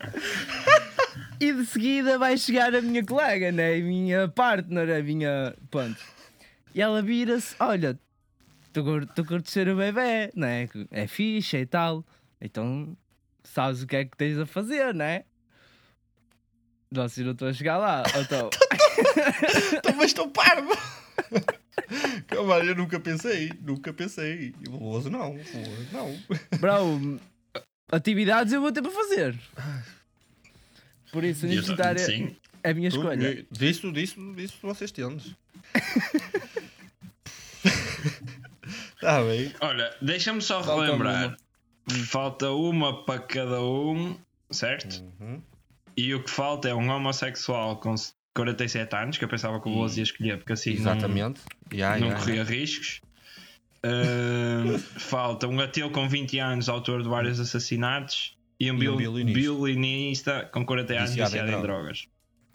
S1: E de seguida vai chegar a minha colega, né? A minha partner, a minha. Pronto. E ela vira-se: Olha, tu cur- tu curtes ser o bebê, né? É fixe e tal. Então sabes o que é que tens a fazer, né? Vocês não estão a chegar lá. Então,
S5: Então, Mas estou parvo. Calma, eu nunca pensei, nunca pensei. Fabuloso não, fabuloso não.
S1: bro, atividades eu vou ter para fazer. Por isso,
S4: Eu tô-
S1: universitária
S4: Sim.
S1: é a minha escolha.
S5: Tu- Disso, disso, disso vocês tendes. Está Tá bem.
S4: Olha, deixa-me só
S1: Falta
S4: relembrar. Falta uma para cada um, certo?
S5: Uhum.
S4: E o que falta é um homossexual com 47 anos, que eu pensava que o Boas ia escolher, porque assim não-
S5: Exatamente.
S4: não,
S5: Ya, ya,
S4: corria riscos. Ahn, falta um ateu com 20 anos, autor de vários assassinatos, e um,
S5: E um
S4: bil-
S5: violinista.
S4: violinista com 40 anos
S5: Viciado
S4: viciado,
S5: em
S4: em
S5: droga.
S4: drogas.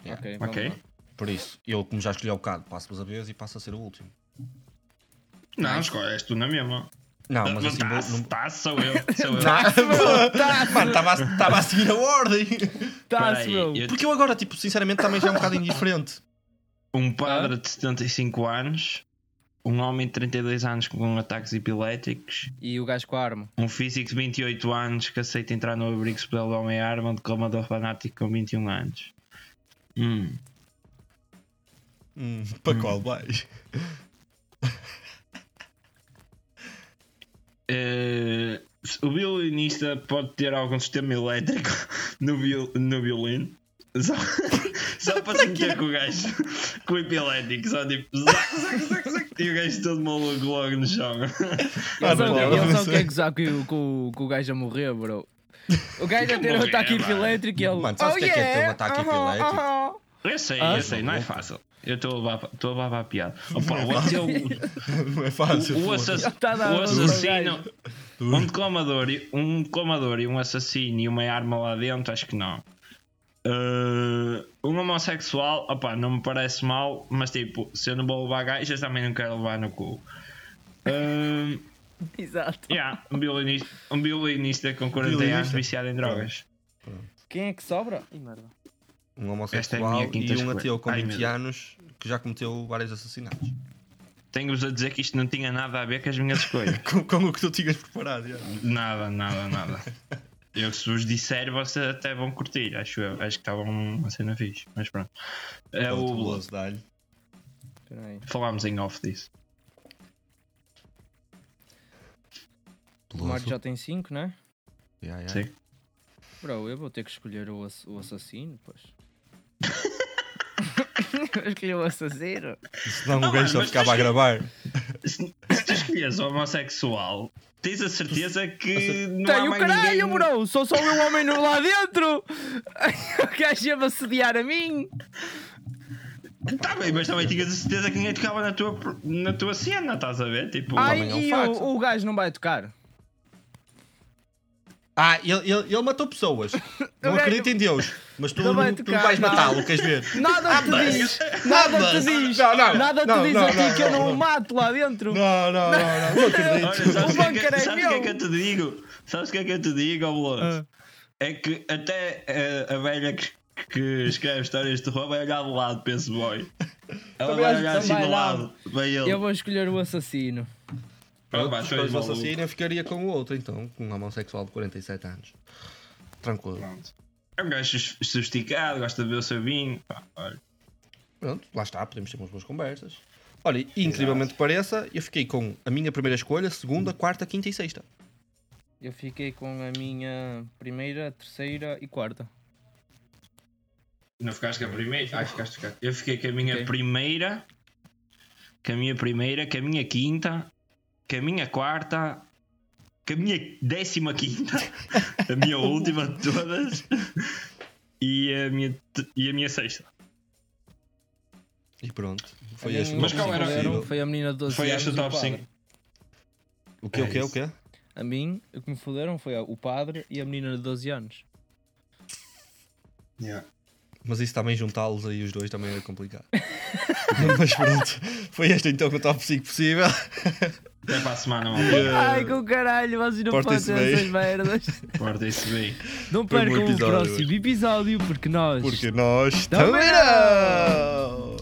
S5: ya.
S1: Ok, vamos
S4: Ok?
S1: lá.
S5: Por isso, eu como já escolhi há bocado, passo-vos a vez e passo a ser o último.
S4: Não, escolhes tu na mesma.
S5: Não,
S4: Não,
S5: mas assim
S4: tá,
S5: vou. não-
S4: tá, sou eu. Sou eu.
S5: Mano, estava a seguir a ordem. tá,
S1: Tá-se,
S4: Peraí,
S1: bro.
S4: eu-
S5: Porque eu agora, tipo, sinceramente, também já é um bocado indiferente.
S4: Um padre de 75 anos, um homem de 32 anos com ataques epiléticos,
S1: E o gajo com a arma.
S4: um físico de 28 anos que aceita entrar no abrigo superior do Homem-Arma, um declamador fanático com 21 anos. Hum.
S5: Hum, para qual vais?
S4: Eh, o violinista pode ter algum sistema elétrico no, viol- no violino. Só, só para se meter com o gajo com o epilético, só tipo zac, zac, zac, zac, e o gajo todo maluco logo no chão. Ah,
S1: Eles não,
S5: não, não,
S1: eles
S5: não
S1: não
S5: sei.
S1: querem gozar com, o- é com, o- com o gajo a morrer, bro. O gajo a ter um
S4: morrer,
S1: ataque
S4: mano.
S1: epilétrico e ele.
S5: Mano, sabes o
S1: oh,
S5: que é que é ter um
S1: yeah,
S5: ataque
S1: aham,
S5: epilétrico?
S1: aham."
S4: Eu sei,
S1: Ah,
S4: eu sei, não é fácil. Eu estou a levar pa- estou a levar para a piada. Opa, o, ateu-
S5: Não é
S4: o-
S5: fácil.
S4: o assa-
S1: Já tá a dar
S4: o
S1: uma
S4: assassino, um declamador, e- um declamador e um assassino e uma arma lá dentro, acho que não. Uh, um homossexual, opa, não me parece mal, mas tipo, se eu não vou levar gajas, também não quero levar no cu. Uh,
S1: Exato.
S4: yeah, um, violinista, um violinista com 40 anos
S5: Violinista.
S4: viciado em drogas.
S1: Quem é que sobra? Ih, merda.
S5: Um
S4: Esta é a
S5: homossexual
S4: minha quinta
S5: e um
S4: escolha.
S5: ateu com
S4: Ai,
S5: 20
S4: meu
S5: anos que já cometeu vários assassinatos.
S4: Tenho-vos a dizer que isto não tinha nada a ver com as minhas escolhas.
S5: Com, com o que tu tinhas preparado. já.
S4: Nada, nada, nada. Eu se vos disser, vocês até vão curtir, acho eu. Acho que estava um- uma cena fixe, mas pronto. É
S5: Pronto,
S4: o...
S5: Veloso, dá-lhe.
S1: Espera aí.
S4: Falámos em off disso.
S1: O Mário já tem 5, né?
S5: Ya, ya.
S4: Sim.
S1: Bro, eu vou ter que escolher o, ass- o assassino, pois. Vou escolher o assassino.
S5: Senão
S4: Ah,
S5: o é um gajo
S4: mano,
S5: só
S4: mas
S5: ficava
S4: tu
S5: a gravar.
S4: Se, se tu escolhes homossexual, tens a certeza que não há
S1: Tenho
S4: mais
S1: caralho,
S4: ninguém...
S1: bro! Sou só um homem no- lá dentro! O gajo ia-me assediar a mim!
S4: Tá bem, mas também tinhas a certeza que ninguém tocava na tua, na tua cena, estás a ver? Tipo,
S1: Ai,
S5: homem é um
S1: e
S5: facto.
S1: o, o gajo não vai tocar.
S5: Ah, ele, ele, ele matou pessoas. Não
S1: gajo-
S5: acredito em Deus. Mas tu,
S1: Não vai
S5: não- tu
S1: tocar,
S5: vais
S1: não.
S5: matá-lo, queres ver?
S1: Nada te diz! Nada te
S5: mas-
S1: diz!
S5: Não, não,
S1: Nada te
S5: não,
S1: diz
S5: não,
S1: a ti
S5: não,
S1: que eu
S5: não,
S1: não
S5: não.
S1: o mato lá dentro!
S5: Não, não, não, não, não acredito.
S4: Olha, sabes
S1: O
S4: o que, é que,
S1: bunker é Ah.
S4: sabes o que é que
S1: meu.
S4: eu te digo? Sabes o que é que eu te digo, Alonso? É que até eh, a, velha que, que escreve histórias de terror vai olhar de lado para esse boy. Ela
S1: Também
S4: vai
S1: acho que
S4: olhar assim
S1: também
S4: de lado. Vai ele.
S1: Eu vou escolher o assassino.
S4: Pá, pá,
S5: Se
S4: tu és
S5: fosse
S4: maluco.
S5: assassino, eu ficaria com o outro, então, com um homossexual de 47 anos. Tranquilo.
S4: Pronto. É um gajo sus- sofisticado, gosta de ver o seu vinho. Pá, olha.
S5: Pronto, lá está, podemos ter umas boas conversas. Olha, e incrivelmente pareça, eu fiquei com a minha primeira escolha, segunda, quarta, quinta e sexta.
S1: Eu fiquei com a minha primeira, terceira e quarta.
S4: Não ficaste com a primeira? Ah, ficaste com a- Eu fiquei com a minha
S1: Ok.
S4: primeira, com a minha primeira, com a minha quinta, que a minha quarta, que a minha décima quinta, a minha última de todas e a minha, te- e a minha sexta.
S5: E pronto. Foi
S1: Olha,
S5: este o
S4: Mas
S5: top
S4: qual era?
S5: cinco
S1: escolheram,
S5: possível.
S1: Foi a menina de 12
S4: Foi
S1: anos
S4: esta
S1: e o
S4: top
S1: padre.
S4: 5. um
S5: O que, o que, o que?
S1: A mim, o que me foderam foi o padre e a menina de 12 anos.
S5: Mas isso também juntá-los aí os dois também era complicado. Mas pronto, foi este então com o top 5 possível.
S4: Até para a semana, malta.
S1: Ai, com caralho, vocês não podem
S5: Portem-se
S1: ter
S5: bem.
S1: essas merdas.
S4: Portem-se bem.
S1: Não
S5: Foi um
S1: percam o
S5: episódio
S1: próximo episódio, porque nós...
S5: Porque nós
S1: Também
S5: também não!